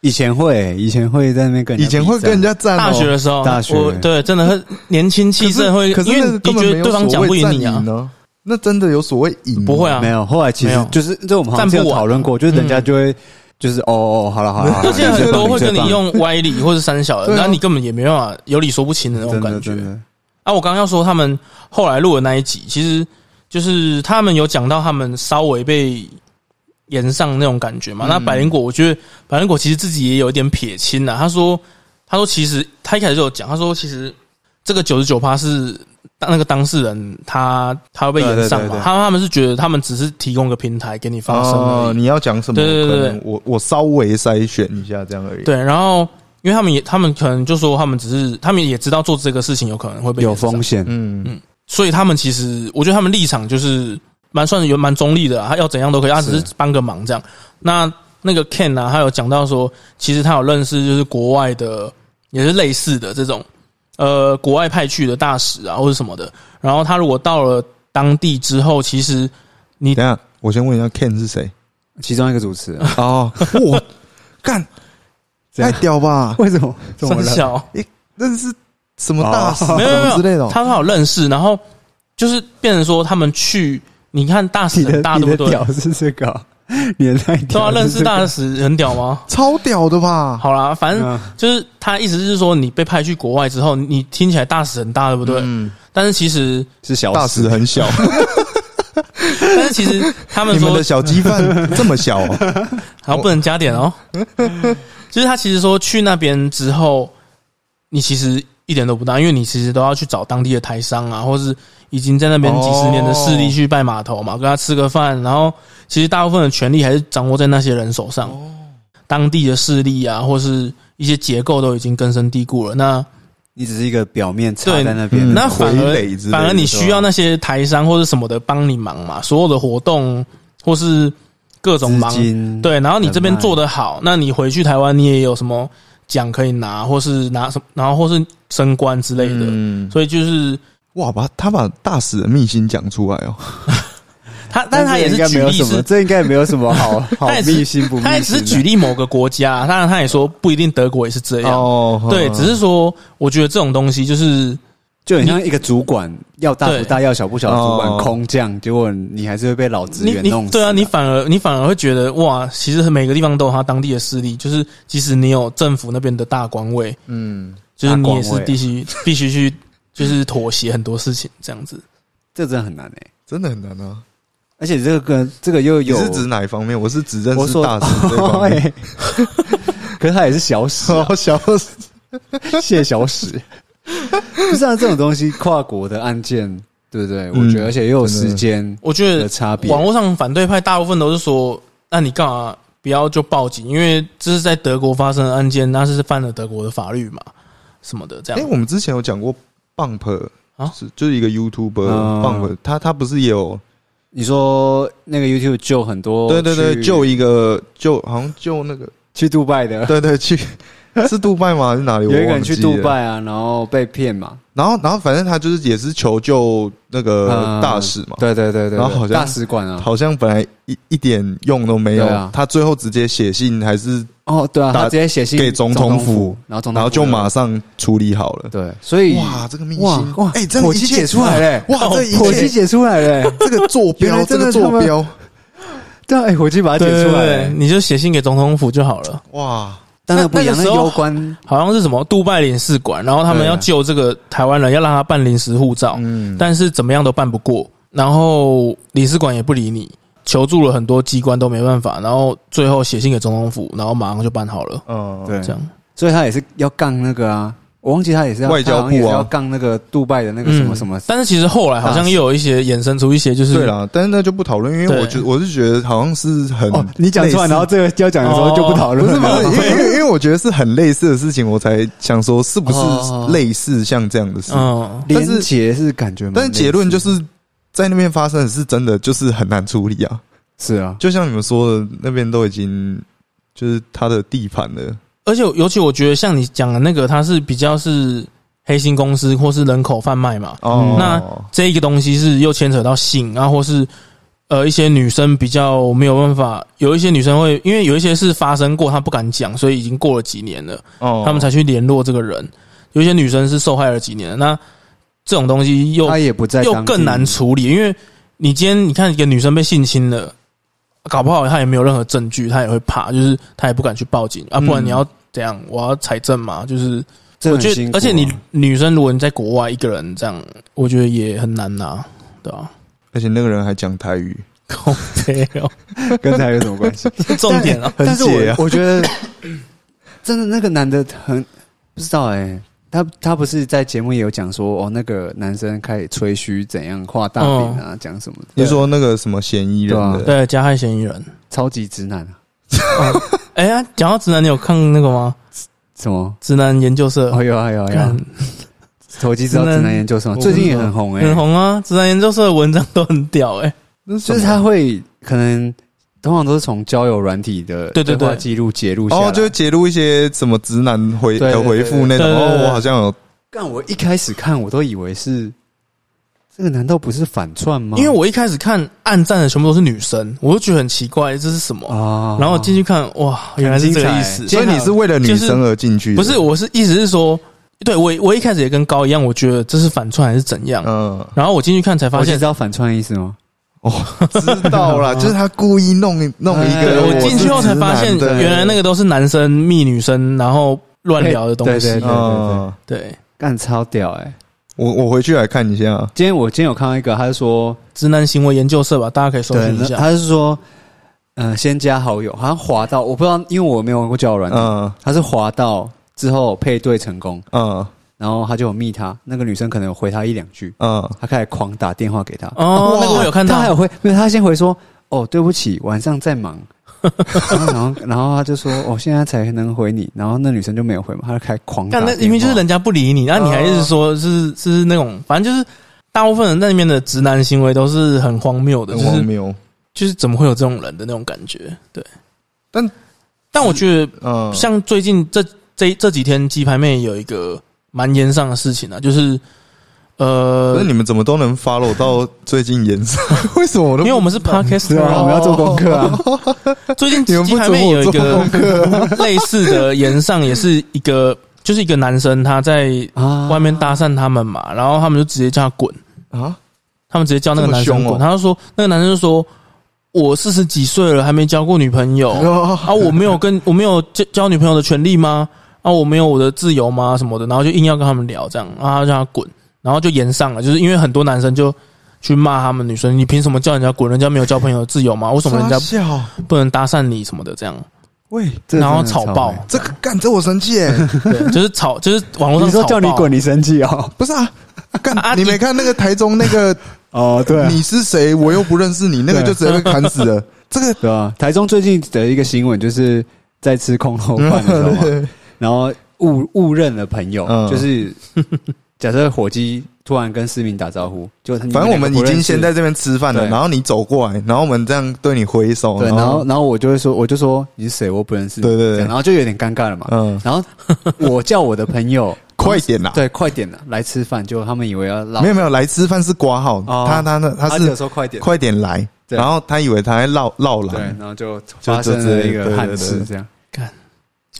[SPEAKER 1] 以前会，以前会在那边跟人
[SPEAKER 2] 以
[SPEAKER 1] 家啊
[SPEAKER 2] 前会跟人家站、哦，
[SPEAKER 3] 大学的时候，
[SPEAKER 1] 大学
[SPEAKER 3] 我对真的很年轻气盛，会
[SPEAKER 2] 可是
[SPEAKER 3] 因为
[SPEAKER 2] 那个
[SPEAKER 3] 你
[SPEAKER 2] 根本
[SPEAKER 3] 觉
[SPEAKER 2] 没
[SPEAKER 3] 得
[SPEAKER 2] 有
[SPEAKER 3] 对方讲不赢你
[SPEAKER 2] 所谓
[SPEAKER 3] 啊
[SPEAKER 2] 战，呢？那真的有所谓赢吗？
[SPEAKER 3] 不会啊，
[SPEAKER 1] 没有。后来其
[SPEAKER 3] 没
[SPEAKER 1] 实
[SPEAKER 3] 有
[SPEAKER 1] 就是这我们好像之前有讨论
[SPEAKER 3] 啊
[SPEAKER 1] 过，就是人家
[SPEAKER 3] 嗯
[SPEAKER 1] 就会就是哦哦，好了好
[SPEAKER 2] 啊
[SPEAKER 1] 了，好了
[SPEAKER 3] 而且很多会跟你。
[SPEAKER 1] 你最棒
[SPEAKER 3] 用歪理或是三小的，
[SPEAKER 2] 对啊
[SPEAKER 3] 那你根本也没办法有理说不清的那种
[SPEAKER 1] 真
[SPEAKER 3] 感
[SPEAKER 1] 的
[SPEAKER 3] 觉
[SPEAKER 1] 真。的，
[SPEAKER 3] 啊，我刚刚要说他们后来录的那一集，其实就是他们有讲到他们稍微被延上那种感觉
[SPEAKER 1] 嗯
[SPEAKER 3] 嘛。那百灵果，我觉得百灵果其实自己也有一点撇清啊了。他说，他说其实他一开始就有讲，他说其实这个九十九趴是当那个当事人他他会被延上
[SPEAKER 1] 对对
[SPEAKER 3] 嘛
[SPEAKER 1] 对，对
[SPEAKER 3] 他他们是觉得他们只是提供一个平台给你发声而已
[SPEAKER 2] 哦，你要讲什么？
[SPEAKER 3] 对对对
[SPEAKER 2] 可能我我稍微筛选一下这样而已。，
[SPEAKER 3] 对，然后因为他们也他们可能就说他们只是他们也知道做这个事情有可能会被
[SPEAKER 1] 有
[SPEAKER 3] 延上
[SPEAKER 1] 风险，
[SPEAKER 2] 嗯，
[SPEAKER 3] 所以他们其实，我觉得他们立场就是蛮算有蛮中立的、啊，他要怎样都可以，他只是帮个忙这样。那那个 Ken 啊，他有讲到说，其实他有认识就是国外的，也是类似的这种，呃，国外派去的大使啊或者什么的。然后他如果到了当地之后，其实
[SPEAKER 2] 等一下我先问一下 Ken 是谁？
[SPEAKER 1] 其中一个主
[SPEAKER 3] *laughs*
[SPEAKER 1] 持人，
[SPEAKER 2] 哦， *laughs* 我干，
[SPEAKER 1] 这样
[SPEAKER 2] 太屌
[SPEAKER 3] *laughs*
[SPEAKER 2] 吧！
[SPEAKER 1] 为什么？怎么
[SPEAKER 3] 三
[SPEAKER 1] 了？
[SPEAKER 3] 小
[SPEAKER 2] 认识什么大使
[SPEAKER 1] 哦
[SPEAKER 3] 没有没
[SPEAKER 2] 什么
[SPEAKER 3] 有
[SPEAKER 2] 之类的哦？
[SPEAKER 3] 他他有认识，然后就是变成说他们去，你看大使
[SPEAKER 1] 你的
[SPEAKER 3] 很大，
[SPEAKER 1] 你
[SPEAKER 3] 对不
[SPEAKER 1] 的
[SPEAKER 3] 对？
[SPEAKER 1] 屌是这个哦，你的太
[SPEAKER 3] 对
[SPEAKER 1] 屌
[SPEAKER 3] 啊，认识
[SPEAKER 1] 是这个，
[SPEAKER 3] 大使很屌吗？
[SPEAKER 2] 超屌的吧？
[SPEAKER 3] 好啦，反正
[SPEAKER 1] 嗯
[SPEAKER 3] 就是他意思是说，你被派去国外之后，你听起来大使很大，对不对？
[SPEAKER 2] 嗯，
[SPEAKER 3] 但是
[SPEAKER 2] *laughs*
[SPEAKER 3] 其实，
[SPEAKER 1] 是小
[SPEAKER 2] 大使很
[SPEAKER 3] *laughs*
[SPEAKER 2] 小，
[SPEAKER 3] 但是其实他们
[SPEAKER 2] 你
[SPEAKER 3] 说
[SPEAKER 2] 们的小
[SPEAKER 1] *laughs*
[SPEAKER 2] 鸡饭这么小哦，
[SPEAKER 3] 好，不能加点
[SPEAKER 2] *laughs*
[SPEAKER 3] 哦。就是他其实说去那边之后，你其实一点都不大，因为你其实都要去找当地的台商啊，或是已经在那边几十年的势力去拜码头
[SPEAKER 2] 哦
[SPEAKER 3] 嘛，跟他吃个饭，然后其实大部分的权利还是掌握在那些人手上，当地的势力啊，或是一些结构都已经根深蒂固了。那
[SPEAKER 1] 你只是一个表面插
[SPEAKER 3] 对
[SPEAKER 1] 在那边，
[SPEAKER 2] 嗯
[SPEAKER 3] 那反
[SPEAKER 2] 傀
[SPEAKER 3] 而
[SPEAKER 2] 儡之类的
[SPEAKER 3] 反而你
[SPEAKER 2] 是吧
[SPEAKER 3] 需要那些台商或者什么的帮你忙嘛，所有的活动或是各种忙
[SPEAKER 1] 资，金，
[SPEAKER 3] 对，然后你这边
[SPEAKER 1] 人脉
[SPEAKER 3] 做得好，那你回去台湾你也有什么奖可以拿，或是拿什么，然后或是升官之类的，
[SPEAKER 2] 嗯，
[SPEAKER 3] 所以就是
[SPEAKER 2] 哇，把他把大使的秘辛讲出来哦，
[SPEAKER 3] 他，但是他也
[SPEAKER 1] 这应
[SPEAKER 3] 是
[SPEAKER 1] 该
[SPEAKER 3] 举
[SPEAKER 1] 没有
[SPEAKER 3] 例
[SPEAKER 1] 什么，
[SPEAKER 3] 是。
[SPEAKER 1] 这应该没有什么好好
[SPEAKER 3] *laughs* 他也
[SPEAKER 1] 秘辛不秘辛的，
[SPEAKER 3] 他也只是举例某个国家，当然他也说不一定德国也是这样，
[SPEAKER 2] 哦
[SPEAKER 3] 对，
[SPEAKER 2] 嗯
[SPEAKER 3] 只是说我觉得这种东西就是
[SPEAKER 1] 就很像一个主管要大不大，要小不小的主
[SPEAKER 2] 哦
[SPEAKER 1] 管空降，结果你还是会被老职
[SPEAKER 3] 你
[SPEAKER 1] 员弄
[SPEAKER 3] 你
[SPEAKER 1] 死。
[SPEAKER 3] 对啊，你反而你反而会觉得哇，其实每个地方都有它当地的势力，就是即使你有政府那边的大官位，
[SPEAKER 2] 嗯，
[SPEAKER 3] 就是你也
[SPEAKER 1] 大官
[SPEAKER 3] 是
[SPEAKER 1] 位啊 *laughs*
[SPEAKER 3] 必须必须去就是妥协很多事情这样子。
[SPEAKER 1] 这真的很难哎、
[SPEAKER 2] 真的很难啊。
[SPEAKER 1] 而且这个跟这个又
[SPEAKER 2] 你
[SPEAKER 1] 有
[SPEAKER 2] 是指哪一方面？我是指认
[SPEAKER 1] 我
[SPEAKER 2] 识
[SPEAKER 1] 说
[SPEAKER 2] 大使这
[SPEAKER 3] *laughs*
[SPEAKER 2] 方面。
[SPEAKER 1] 对 *laughs* 可是他也是小史、 *laughs* 啊，
[SPEAKER 2] 好小史，
[SPEAKER 1] *laughs* 谢小史。不是啊，这种东西跨国的案件，对不对？我觉得，而且又有
[SPEAKER 2] 真的
[SPEAKER 1] 时间
[SPEAKER 3] 我觉
[SPEAKER 1] 嗯的
[SPEAKER 3] 得
[SPEAKER 1] 差别。
[SPEAKER 3] 网络上反对派大部分都是说，那你干嘛不要就报警？因为这是在德国发生的案件，那是犯了德国的法律嘛，什么的这
[SPEAKER 2] 哎、
[SPEAKER 3] 样。
[SPEAKER 2] 我们之前有讲过 Bump
[SPEAKER 3] 啊
[SPEAKER 2] 是就是一个 YouTuber、
[SPEAKER 1] 嗯
[SPEAKER 2] Bump，他他不是也有
[SPEAKER 1] 你说那个 YouTube 救很多，
[SPEAKER 2] 对对对，
[SPEAKER 1] 去
[SPEAKER 2] 救一个救好像救那个
[SPEAKER 1] 去杜拜的，
[SPEAKER 2] *laughs*
[SPEAKER 1] *laughs*
[SPEAKER 2] 对对去是杜拜吗？还是哪里？
[SPEAKER 1] 有
[SPEAKER 2] 我
[SPEAKER 1] 一个
[SPEAKER 2] 忘
[SPEAKER 1] 人去
[SPEAKER 2] 记
[SPEAKER 1] 杜
[SPEAKER 2] 了。
[SPEAKER 1] 拜啊，然后被骗嘛，
[SPEAKER 2] 然后，然后反正他就是也是求救那个大使嘛，
[SPEAKER 1] 嗯对对对对，
[SPEAKER 2] 然后好像
[SPEAKER 1] 大使馆啊，
[SPEAKER 2] 好像本来一一点用都没有，
[SPEAKER 1] 对啊
[SPEAKER 2] 他最后直接写信还是，
[SPEAKER 1] 哦对啊，
[SPEAKER 2] 打
[SPEAKER 1] 他直接写信
[SPEAKER 2] 给总统
[SPEAKER 1] 统
[SPEAKER 2] 府
[SPEAKER 1] 府，然后总统
[SPEAKER 2] 然后就
[SPEAKER 1] 府
[SPEAKER 2] 马上处理好了。
[SPEAKER 1] 对，所以
[SPEAKER 2] 哇，这个秘辛
[SPEAKER 1] 哇哇，
[SPEAKER 2] 哎、这样
[SPEAKER 1] 火
[SPEAKER 2] 一
[SPEAKER 1] 气
[SPEAKER 2] 切
[SPEAKER 1] 解出来嘞，
[SPEAKER 2] *laughs*
[SPEAKER 1] 哦
[SPEAKER 2] 哇，这一
[SPEAKER 1] 火气
[SPEAKER 2] 切
[SPEAKER 1] 解出来欸嘞，
[SPEAKER 2] 这个坐
[SPEAKER 1] 原
[SPEAKER 2] 标，
[SPEAKER 1] 来
[SPEAKER 2] 这
[SPEAKER 1] 真的
[SPEAKER 2] 个坐标，
[SPEAKER 1] *laughs* 对啊，哎火气把它
[SPEAKER 3] 对
[SPEAKER 1] 解
[SPEAKER 3] 对
[SPEAKER 1] 出来
[SPEAKER 3] 对，
[SPEAKER 1] 嘞，
[SPEAKER 3] 你就写信给总统府就好了。
[SPEAKER 2] 哇，
[SPEAKER 1] 当然不一样，
[SPEAKER 3] 那
[SPEAKER 1] 那
[SPEAKER 3] 那个时候
[SPEAKER 1] 攸关
[SPEAKER 3] 好像是什么杜拜领事馆，然后他们
[SPEAKER 1] 对啊
[SPEAKER 3] 要救这个台湾人，要让他办临时护
[SPEAKER 1] 哦
[SPEAKER 3] 照，
[SPEAKER 2] 嗯，
[SPEAKER 3] 但是怎么样都办不过，然后领事馆也不理你，求助了很多机关都没办法，然后最后写信给总统府，然后马上就办好了，
[SPEAKER 2] 嗯，
[SPEAKER 1] 对
[SPEAKER 3] 这，样
[SPEAKER 1] 所以他也是要杠那个啊，我忘记他也是要
[SPEAKER 2] 外交
[SPEAKER 1] 他
[SPEAKER 2] 部啊
[SPEAKER 1] 好像也是要杠那个杜拜的那个什么
[SPEAKER 3] 嗯
[SPEAKER 1] 什么，
[SPEAKER 3] 但是其实后来好像又有一些衍生出一些，就是
[SPEAKER 2] 对啦，但是那就不讨论，因为
[SPEAKER 3] 对
[SPEAKER 2] 我觉我是觉得好像是很
[SPEAKER 1] 哦，你讲出来，
[SPEAKER 2] 类似
[SPEAKER 1] 然后这个要讲的时候就不讨论
[SPEAKER 2] 不
[SPEAKER 1] 了，
[SPEAKER 2] 是
[SPEAKER 1] *laughs*
[SPEAKER 2] 不是， *laughs* 因为因为因为我觉得是很类似的事情，我才想说是不
[SPEAKER 1] 哦
[SPEAKER 2] 是类似像这样的事，
[SPEAKER 3] 嗯，
[SPEAKER 2] 但是
[SPEAKER 1] 连结是感觉蛮类
[SPEAKER 2] 但
[SPEAKER 1] 似，
[SPEAKER 2] 是结论就是在那边发生的是真的，就是很难处理啊。
[SPEAKER 1] 是啊，
[SPEAKER 2] 就像你们说的，那边都已经就是他的地盘了，
[SPEAKER 3] 而且尤其我觉得像你讲的那个，它是比较是黑心公司或是人口贩卖嘛，
[SPEAKER 2] 哦，
[SPEAKER 3] 嗯那这一个东西是又牵扯到性啊，或是呃一些女生比较没有办法，有一些女生会因为有一些是发生过，她不敢讲，所以已经过了几年了，
[SPEAKER 2] 哦
[SPEAKER 3] 他们才去联络这个人。有一些女生是受害了几年了，那这种东西又
[SPEAKER 1] 他也不在
[SPEAKER 3] 又
[SPEAKER 1] 当地
[SPEAKER 3] 更难处理，因为你今天你看一个女生被性侵了，搞不好她也没有任何证据，她也会怕，就是她也不敢去报警啊，不然
[SPEAKER 2] 嗯
[SPEAKER 3] 你要怎样？我要财政嘛，就是
[SPEAKER 1] 这
[SPEAKER 3] 我
[SPEAKER 1] 很
[SPEAKER 3] 觉
[SPEAKER 1] 辛
[SPEAKER 3] 得，
[SPEAKER 1] 苦啊
[SPEAKER 3] 而且你女生如果你在国外一个人这样，我觉得也很难拿，对吧、 *laughs*
[SPEAKER 2] 而且那个人还讲台语，
[SPEAKER 3] 靠背哦，
[SPEAKER 1] 跟他有什么关系？
[SPEAKER 3] 重点啊，
[SPEAKER 2] *laughs* 很
[SPEAKER 1] 但是
[SPEAKER 2] 解啊
[SPEAKER 1] 我我觉得真的那个男的很不知道哎、他他不是在节目也有讲说哦，那个男生开始吹嘘怎样画大饼
[SPEAKER 2] 嗯
[SPEAKER 1] 啊，讲、什么的，
[SPEAKER 2] 你说那个什么嫌疑人
[SPEAKER 1] *laughs* 对
[SPEAKER 2] 的，
[SPEAKER 3] 对，啊加害嫌疑人。
[SPEAKER 1] 超级直男啊，
[SPEAKER 3] 哎呀，讲到直男，你有看那个吗？
[SPEAKER 1] 什么？
[SPEAKER 3] 直男研究社，
[SPEAKER 1] 哦有啊有啊有啊
[SPEAKER 3] 看，
[SPEAKER 1] 投机知道直男研究生，最近也很红哎、
[SPEAKER 3] 很红啊，直男研究社的文章都很屌哎、
[SPEAKER 1] 就是他会可能通常都是从交友软体的
[SPEAKER 3] 对对对
[SPEAKER 1] 话记录截录下来。
[SPEAKER 2] 哦，就会揭露一些什么直男回
[SPEAKER 1] 对对
[SPEAKER 2] 的
[SPEAKER 1] 对
[SPEAKER 2] 回复那种，
[SPEAKER 3] 啊对对对
[SPEAKER 2] 哦，
[SPEAKER 3] 对
[SPEAKER 2] 我好像有，
[SPEAKER 1] 但我一开始看我都以为是这个，难道不是反串吗？
[SPEAKER 3] 因为我一开始看暗赞的全部都是女生，我就觉得很奇怪，这是什么？
[SPEAKER 1] 啊，
[SPEAKER 3] 然后进去看，哇，原来是这个意
[SPEAKER 1] 很精
[SPEAKER 3] 思。
[SPEAKER 1] 彩
[SPEAKER 2] 所以你是为了女生而进去的，
[SPEAKER 3] 不是，我是意思是说，对我我一开始也跟高一样，我觉得这是反串还是怎样？
[SPEAKER 2] 嗯，
[SPEAKER 3] 然后我进去看才发
[SPEAKER 1] 我就
[SPEAKER 3] 现
[SPEAKER 1] 知，道反串的意思吗？
[SPEAKER 2] 知道
[SPEAKER 3] *laughs*
[SPEAKER 2] 啦，就是他故意弄弄一
[SPEAKER 1] 对
[SPEAKER 2] 个
[SPEAKER 3] 对
[SPEAKER 1] 我
[SPEAKER 3] 哎我进去后才发现，
[SPEAKER 2] 我是直男的
[SPEAKER 3] 原来那个都是男生密女生，然后乱聊的东西。
[SPEAKER 1] 对对对
[SPEAKER 2] 嗯，
[SPEAKER 3] 对
[SPEAKER 1] 干超屌哎、
[SPEAKER 2] 我我回去来看一下，啊
[SPEAKER 1] 今天我今天有看到一个，他是说，
[SPEAKER 3] 直男行为研究社吧，大家可以搜寻一下。
[SPEAKER 1] 他是说，呃，先加好友，好像滑到，我不知道，因为我没有玩过交友软件，
[SPEAKER 2] 嗯
[SPEAKER 1] 他是滑到之后配对成功，
[SPEAKER 2] 嗯
[SPEAKER 1] 然后他就有密他，那个女生可能有回他一两句，
[SPEAKER 2] 嗯，
[SPEAKER 1] 他开始狂打电话给他，啊
[SPEAKER 3] 哦，那个我有看
[SPEAKER 1] 他还有
[SPEAKER 3] 到，
[SPEAKER 1] 回，没有，他先回说，哦，对不起，晚上在
[SPEAKER 3] *laughs*
[SPEAKER 1] 忙。然后，然后，然后他就说：“哦，现在才能回你。”然后那女生就没有回嘛，他就开始狂打
[SPEAKER 3] 但
[SPEAKER 1] 电话。
[SPEAKER 3] 那明明就是人家不理你，然后你还一
[SPEAKER 2] 哦
[SPEAKER 3] 直说是是那种，反正就是大部分人那里面的直男行为都是很荒谬的，
[SPEAKER 2] 很
[SPEAKER 3] 就
[SPEAKER 2] 荒
[SPEAKER 3] 是
[SPEAKER 2] 谬，
[SPEAKER 3] 就是怎么会有这种人的那种感觉？对，
[SPEAKER 2] 但
[SPEAKER 3] 但我觉得
[SPEAKER 2] 嗯，
[SPEAKER 3] 像最近这这这几天鸡排妹有一个蛮严上的事情啊，就是
[SPEAKER 2] 可
[SPEAKER 3] 呃
[SPEAKER 2] 是，你们怎么都能 follow 到最近延上？为什么我都
[SPEAKER 3] 因为我们是 podcast，
[SPEAKER 1] 对啊，
[SPEAKER 2] *laughs*
[SPEAKER 1] 我们要做功课
[SPEAKER 3] *laughs*
[SPEAKER 1] 啊。
[SPEAKER 3] 最近
[SPEAKER 2] 你们
[SPEAKER 3] 鸡
[SPEAKER 2] 不
[SPEAKER 3] 排
[SPEAKER 2] 准
[SPEAKER 3] 妹有
[SPEAKER 2] 我
[SPEAKER 3] 一
[SPEAKER 2] 做
[SPEAKER 3] 个
[SPEAKER 2] 功课？
[SPEAKER 3] *laughs*
[SPEAKER 2] *laughs*
[SPEAKER 3] 类似的言上，也是一个就是一个男生他在
[SPEAKER 1] 啊
[SPEAKER 3] 外面搭讪他们嘛，然后他们就直接叫他滚，
[SPEAKER 2] 啊？
[SPEAKER 3] 他们直接叫那个男
[SPEAKER 2] 这么
[SPEAKER 3] 生
[SPEAKER 2] 凶哦
[SPEAKER 3] 滚，他就说那个男生就说我四十几岁了还没交过女朋
[SPEAKER 2] *laughs*
[SPEAKER 3] 友
[SPEAKER 2] 哦
[SPEAKER 3] 啊，我没有跟我没有交交女朋友的权利吗？啊，我没有我的自由吗？什么的，然后就硬要跟他们聊这样，啊，让他滚，然后就言上了，就是因为很多男生就。去骂他们女生，你凭什么叫人家滚？人家没有交朋友的自由吗？为什么人家
[SPEAKER 2] 傻笑？
[SPEAKER 3] 不能搭讪你什么的？这样，
[SPEAKER 2] 喂，
[SPEAKER 1] 这
[SPEAKER 3] 然后
[SPEAKER 1] 真的很
[SPEAKER 3] 吵爆
[SPEAKER 1] 欸，
[SPEAKER 2] 这个干这我生气耶！
[SPEAKER 3] 对，就是吵，就是网络上
[SPEAKER 1] 你说
[SPEAKER 3] 吵
[SPEAKER 1] 叫你
[SPEAKER 3] 爆
[SPEAKER 1] 滚，你生气哦？
[SPEAKER 2] 不是啊，
[SPEAKER 3] 啊
[SPEAKER 2] 干你没
[SPEAKER 3] 你
[SPEAKER 2] 看那个台中那个
[SPEAKER 1] 哦，对啊，
[SPEAKER 2] 你是谁？我又不认识你，那个
[SPEAKER 1] 对
[SPEAKER 2] 就直接被砍死了。这个 *laughs*
[SPEAKER 1] 对啊。台中最近的一个新闻就是在吃空头饭的时候
[SPEAKER 3] *laughs*
[SPEAKER 1] 嘛，然后误误认了朋友，
[SPEAKER 2] 嗯
[SPEAKER 1] 就是假设火鸡突然跟市民打招呼，就反
[SPEAKER 2] 反正我们已经先在这边吃饭了，
[SPEAKER 1] 对
[SPEAKER 2] 然后你走过来，然后我们这样对你挥手，
[SPEAKER 1] 对，然后然后我就会说，我就说你是谁，我不认识，
[SPEAKER 2] 哦对对对
[SPEAKER 1] 这样然后就有点尴尬了嘛。
[SPEAKER 2] 嗯，
[SPEAKER 1] 然后我叫我的朋
[SPEAKER 2] *laughs*
[SPEAKER 1] 友
[SPEAKER 2] 快点啦！
[SPEAKER 1] 对快点了来吃饭，就他们以为要绕
[SPEAKER 2] 没，有没有，来吃饭是挂号，
[SPEAKER 1] 哦
[SPEAKER 2] 他他他他
[SPEAKER 1] 只有
[SPEAKER 2] 是
[SPEAKER 1] 说快点，
[SPEAKER 2] 快嗯点来，
[SPEAKER 1] 对
[SPEAKER 2] 然后他以为他在绕绕
[SPEAKER 1] 对，
[SPEAKER 2] 来，
[SPEAKER 1] 然后就发生了一个憾事，这样
[SPEAKER 3] 对对对对干。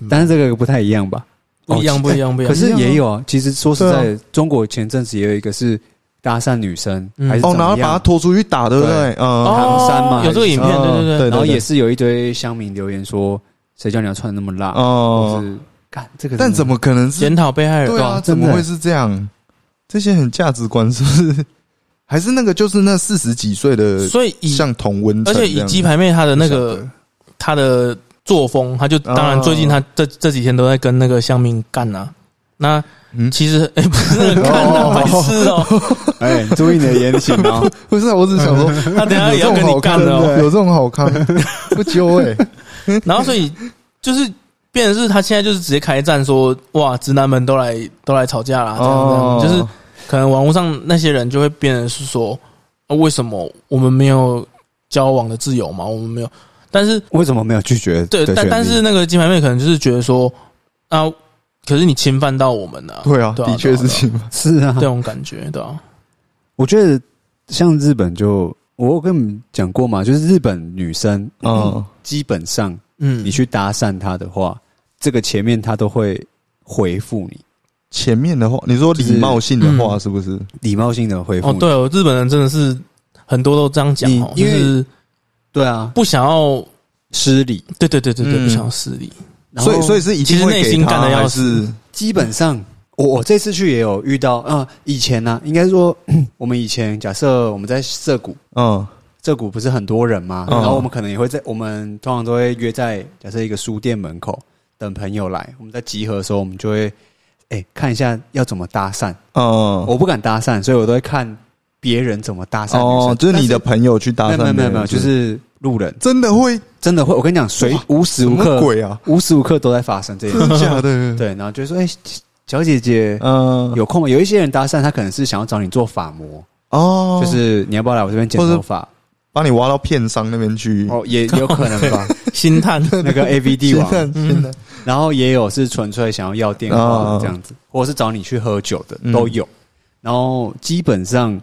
[SPEAKER 1] 但是这个不太一样吧？哦
[SPEAKER 3] 不嗯哦一样，不一样，不一样。
[SPEAKER 1] 可是也有啊。其实说实在
[SPEAKER 2] 对
[SPEAKER 1] 的，中国前阵子也有一个是搭讪女生，
[SPEAKER 3] 嗯
[SPEAKER 1] 还是
[SPEAKER 2] 哦，
[SPEAKER 1] 怎
[SPEAKER 2] 然
[SPEAKER 1] 么
[SPEAKER 2] 后把他
[SPEAKER 1] 样，
[SPEAKER 2] 拖出去打，对不对？
[SPEAKER 3] 哦
[SPEAKER 2] 嗯，
[SPEAKER 1] 唐山嘛
[SPEAKER 3] 有这个影片，
[SPEAKER 2] 还是
[SPEAKER 3] 对对
[SPEAKER 2] 哦对
[SPEAKER 3] 对。
[SPEAKER 1] 然后也是有一堆乡民留言说，谁叫你要穿那么辣？就
[SPEAKER 2] 哦，
[SPEAKER 1] 是干这个真的，
[SPEAKER 2] 但怎么可能是
[SPEAKER 3] 检讨被害人
[SPEAKER 2] 对啊，
[SPEAKER 1] 哇
[SPEAKER 2] 怎
[SPEAKER 1] 真的
[SPEAKER 2] 么会是这样？这些很价值观是不是？还是那个就是那四十几岁的
[SPEAKER 3] 所以以
[SPEAKER 2] 像童文
[SPEAKER 3] 而
[SPEAKER 2] 成这
[SPEAKER 3] 且
[SPEAKER 2] 样，
[SPEAKER 3] 以鸡排妹她的那个她的作风，她就
[SPEAKER 2] 哦
[SPEAKER 3] 当然最近她这这几天都在跟那个乡民干啊。那
[SPEAKER 2] 嗯
[SPEAKER 3] 其实哎，不是那个干啊，
[SPEAKER 2] 哦
[SPEAKER 3] 白痴哦，
[SPEAKER 1] 哎，注意你的言行哦。
[SPEAKER 2] 不是啊，我只是想说，
[SPEAKER 3] 她等一下
[SPEAKER 2] 有这
[SPEAKER 3] 也要
[SPEAKER 2] 种
[SPEAKER 3] 跟
[SPEAKER 2] 好
[SPEAKER 3] 你
[SPEAKER 2] 看
[SPEAKER 3] 干的
[SPEAKER 2] 的，
[SPEAKER 3] 哦。
[SPEAKER 2] 有这种好看， *laughs* 不揪哎，
[SPEAKER 3] 然后所以就是。变成是她现在就是直接开战说，哇，直男们都来都来吵架啦，这样这
[SPEAKER 2] 哦
[SPEAKER 3] 样，就是可能网络上那些人就会变成是说，呃为什么我们没有交往的自由嘛？我们没有，但是
[SPEAKER 1] 为什么没有拒绝
[SPEAKER 3] 对
[SPEAKER 1] 的，权利？
[SPEAKER 3] 但但是那个金牌妹可能就是觉得说，啊，可是你侵犯到我们了、
[SPEAKER 2] 对啊，
[SPEAKER 3] 对啊
[SPEAKER 2] 的确是
[SPEAKER 3] 对啊
[SPEAKER 2] 情吧。
[SPEAKER 1] 是啊
[SPEAKER 3] 这，种感觉，对吧、啊
[SPEAKER 1] 我觉得像日本就我有跟你们讲过嘛，就是日本女生，
[SPEAKER 2] 嗯
[SPEAKER 1] 嗯，基本上
[SPEAKER 3] 嗯，
[SPEAKER 1] 你去搭讪她的话，这个前面她都会回复你，
[SPEAKER 2] 前面的话，你说礼貌性的话
[SPEAKER 3] 嗯
[SPEAKER 2] 是不是？
[SPEAKER 1] 礼貌性的回复
[SPEAKER 3] 哦，
[SPEAKER 1] 你。
[SPEAKER 3] 对哦，日本人真的是很多都这样讲哦，
[SPEAKER 1] 你
[SPEAKER 3] 就
[SPEAKER 1] 因为
[SPEAKER 3] 是
[SPEAKER 1] 对啊，
[SPEAKER 3] 不想要，
[SPEAKER 1] 失礼。
[SPEAKER 3] 对对对对对，
[SPEAKER 2] 嗯
[SPEAKER 3] 不想要失礼，
[SPEAKER 1] 然后
[SPEAKER 2] 所以所以是一定
[SPEAKER 3] 其实
[SPEAKER 2] 会
[SPEAKER 3] 内
[SPEAKER 2] 给
[SPEAKER 3] 心
[SPEAKER 2] 他
[SPEAKER 3] 干得要
[SPEAKER 2] 还是
[SPEAKER 1] 基本上，我我这次去也有遇到啊、以前呢、应该说 *clears throat* 我们以前假设我们在涩谷，
[SPEAKER 2] 嗯
[SPEAKER 1] 涩谷不是很多人嘛，
[SPEAKER 2] 嗯
[SPEAKER 1] 然后我们可能也会在，我们通常都会约在假设一个书店门口等朋友来，我们在集合的时候，我们就会哎、看一下要怎么搭讪。
[SPEAKER 2] 嗯
[SPEAKER 1] 我不敢搭讪，所以我都会看别人怎么搭讪女生。
[SPEAKER 2] 哦，就是你的朋友去搭
[SPEAKER 1] 但
[SPEAKER 2] 讪
[SPEAKER 1] 是
[SPEAKER 2] 的
[SPEAKER 1] 没有
[SPEAKER 2] 人，
[SPEAKER 1] 没有没有，就是路人
[SPEAKER 2] 真的会
[SPEAKER 1] 真的会，我跟你讲，随
[SPEAKER 2] 哇
[SPEAKER 1] 无时
[SPEAKER 2] 什
[SPEAKER 1] 无
[SPEAKER 2] 么
[SPEAKER 1] 刻
[SPEAKER 2] 鬼啊？
[SPEAKER 1] 无时无刻都在发生这件
[SPEAKER 2] 真 *laughs*
[SPEAKER 1] 事。
[SPEAKER 2] 的假
[SPEAKER 1] *laughs*
[SPEAKER 2] 的？
[SPEAKER 1] 对，然后就说哎、小姐姐。
[SPEAKER 2] 嗯，
[SPEAKER 1] 有空吗？有一些人搭讪，他可能是想要找你做发膜，
[SPEAKER 2] 哦，
[SPEAKER 1] 就是你要不要来我这边剪
[SPEAKER 2] 或者
[SPEAKER 1] 头发？
[SPEAKER 2] 把你挖到片商那边去。
[SPEAKER 1] 哦，也也有可能
[SPEAKER 2] *laughs*
[SPEAKER 1] 吧。
[SPEAKER 3] 心探
[SPEAKER 1] *laughs* 那个 A V 帝
[SPEAKER 2] 现
[SPEAKER 1] 王，
[SPEAKER 2] 在现在
[SPEAKER 1] 然后也有是纯粹想要要电
[SPEAKER 2] 啊
[SPEAKER 1] 话这样子，或者是找你去喝酒的
[SPEAKER 2] 嗯
[SPEAKER 1] 都有。然后基本上，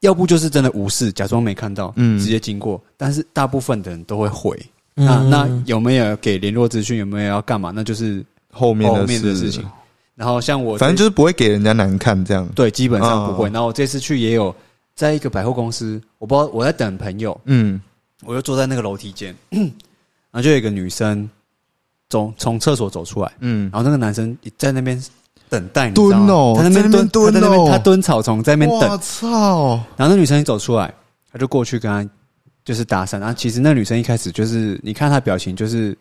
[SPEAKER 1] 要不就是真的无视，假装没看到，
[SPEAKER 2] 嗯
[SPEAKER 1] 直接经过。但是大部分的人都会回。
[SPEAKER 3] 嗯
[SPEAKER 1] 啊那那有没有给联络资讯？有没有要干嘛？那就是
[SPEAKER 2] 后面
[SPEAKER 1] 哦后
[SPEAKER 2] 的
[SPEAKER 1] 面的事情。然后像我这，
[SPEAKER 2] 反正就是不会给人家难看这样。
[SPEAKER 1] 对，基本上不会。
[SPEAKER 2] 啊
[SPEAKER 1] 然后我这次去也有在一个百货公司，我不知道我在等朋友，
[SPEAKER 2] 嗯，
[SPEAKER 1] 我就坐在那个楼梯间， *clears throat* 然后就有一个女生从从厕所走出来，
[SPEAKER 2] 嗯
[SPEAKER 1] 然，后那个男生也在那边等待，你
[SPEAKER 2] 蹲
[SPEAKER 1] 知道吗
[SPEAKER 2] 哦
[SPEAKER 1] 他在那边
[SPEAKER 2] 在那边
[SPEAKER 1] 蹲，
[SPEAKER 2] 蹲
[SPEAKER 1] 他在那
[SPEAKER 2] 哦
[SPEAKER 1] 边他蹲草丛在那边等，
[SPEAKER 2] 我操！
[SPEAKER 1] 然后那女生一走出来，他就过去跟他就是搭讪，然后其实那女生一开始就是你看她表情就是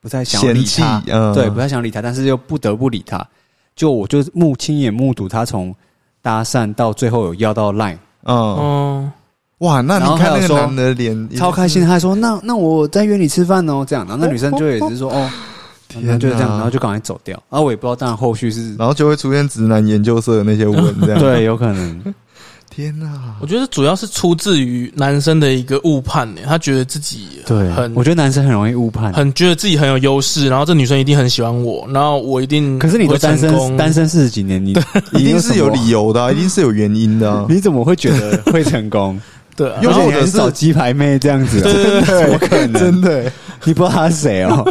[SPEAKER 1] 不太想要理他
[SPEAKER 2] 嫌弃，嗯
[SPEAKER 1] 对，不太想理他，但是又不得不理他，就我就目亲眼目睹他从搭讪到最后有要到 line。
[SPEAKER 2] 嗯，
[SPEAKER 3] 哦，
[SPEAKER 2] 哇，那你看
[SPEAKER 1] 然后还
[SPEAKER 2] 那
[SPEAKER 1] 有
[SPEAKER 2] 个
[SPEAKER 1] 说
[SPEAKER 2] 男的脸，
[SPEAKER 1] 超开心，他还说：“那那我再约你吃饭哦。”这样，然后那女生就也是说：“哦，
[SPEAKER 2] *laughs* 天哪
[SPEAKER 1] 那就这样。”然后就赶快走掉。啊，我也不知道，当然后续是
[SPEAKER 2] 然后就会出现直男研究社的那些文这
[SPEAKER 1] *laughs*
[SPEAKER 2] 样。，
[SPEAKER 1] 对，有可能。
[SPEAKER 2] 天哪
[SPEAKER 3] 我！觉得主要是出自于男生的一个误判呢，欸他觉得自己
[SPEAKER 1] 对，
[SPEAKER 3] 很
[SPEAKER 1] 我觉得男生很容易误判。
[SPEAKER 3] 很觉得自己很有优势，然后这女生一定很喜欢我，然后我一定
[SPEAKER 1] 可是你都
[SPEAKER 3] 会成
[SPEAKER 1] 单身
[SPEAKER 3] 功
[SPEAKER 1] 单身四十几
[SPEAKER 2] *laughs*
[SPEAKER 1] 年，你
[SPEAKER 2] 一定是有
[SPEAKER 1] 你
[SPEAKER 2] 理由的
[SPEAKER 1] *laughs*
[SPEAKER 2] 啊，一定是有原因的啊
[SPEAKER 1] 什么，。你怎么会觉得会成
[SPEAKER 2] *laughs*
[SPEAKER 1] 功？
[SPEAKER 3] 对啊，
[SPEAKER 2] 又
[SPEAKER 1] 而且
[SPEAKER 2] 或
[SPEAKER 1] 你
[SPEAKER 2] 者
[SPEAKER 1] 还
[SPEAKER 2] 是
[SPEAKER 1] 找鸡排妹这样子哦，
[SPEAKER 3] 对对
[SPEAKER 1] 怎么 *laughs* 可能？
[SPEAKER 2] 真的欸，
[SPEAKER 1] 你不知道他是谁
[SPEAKER 2] *laughs*
[SPEAKER 1] 哦？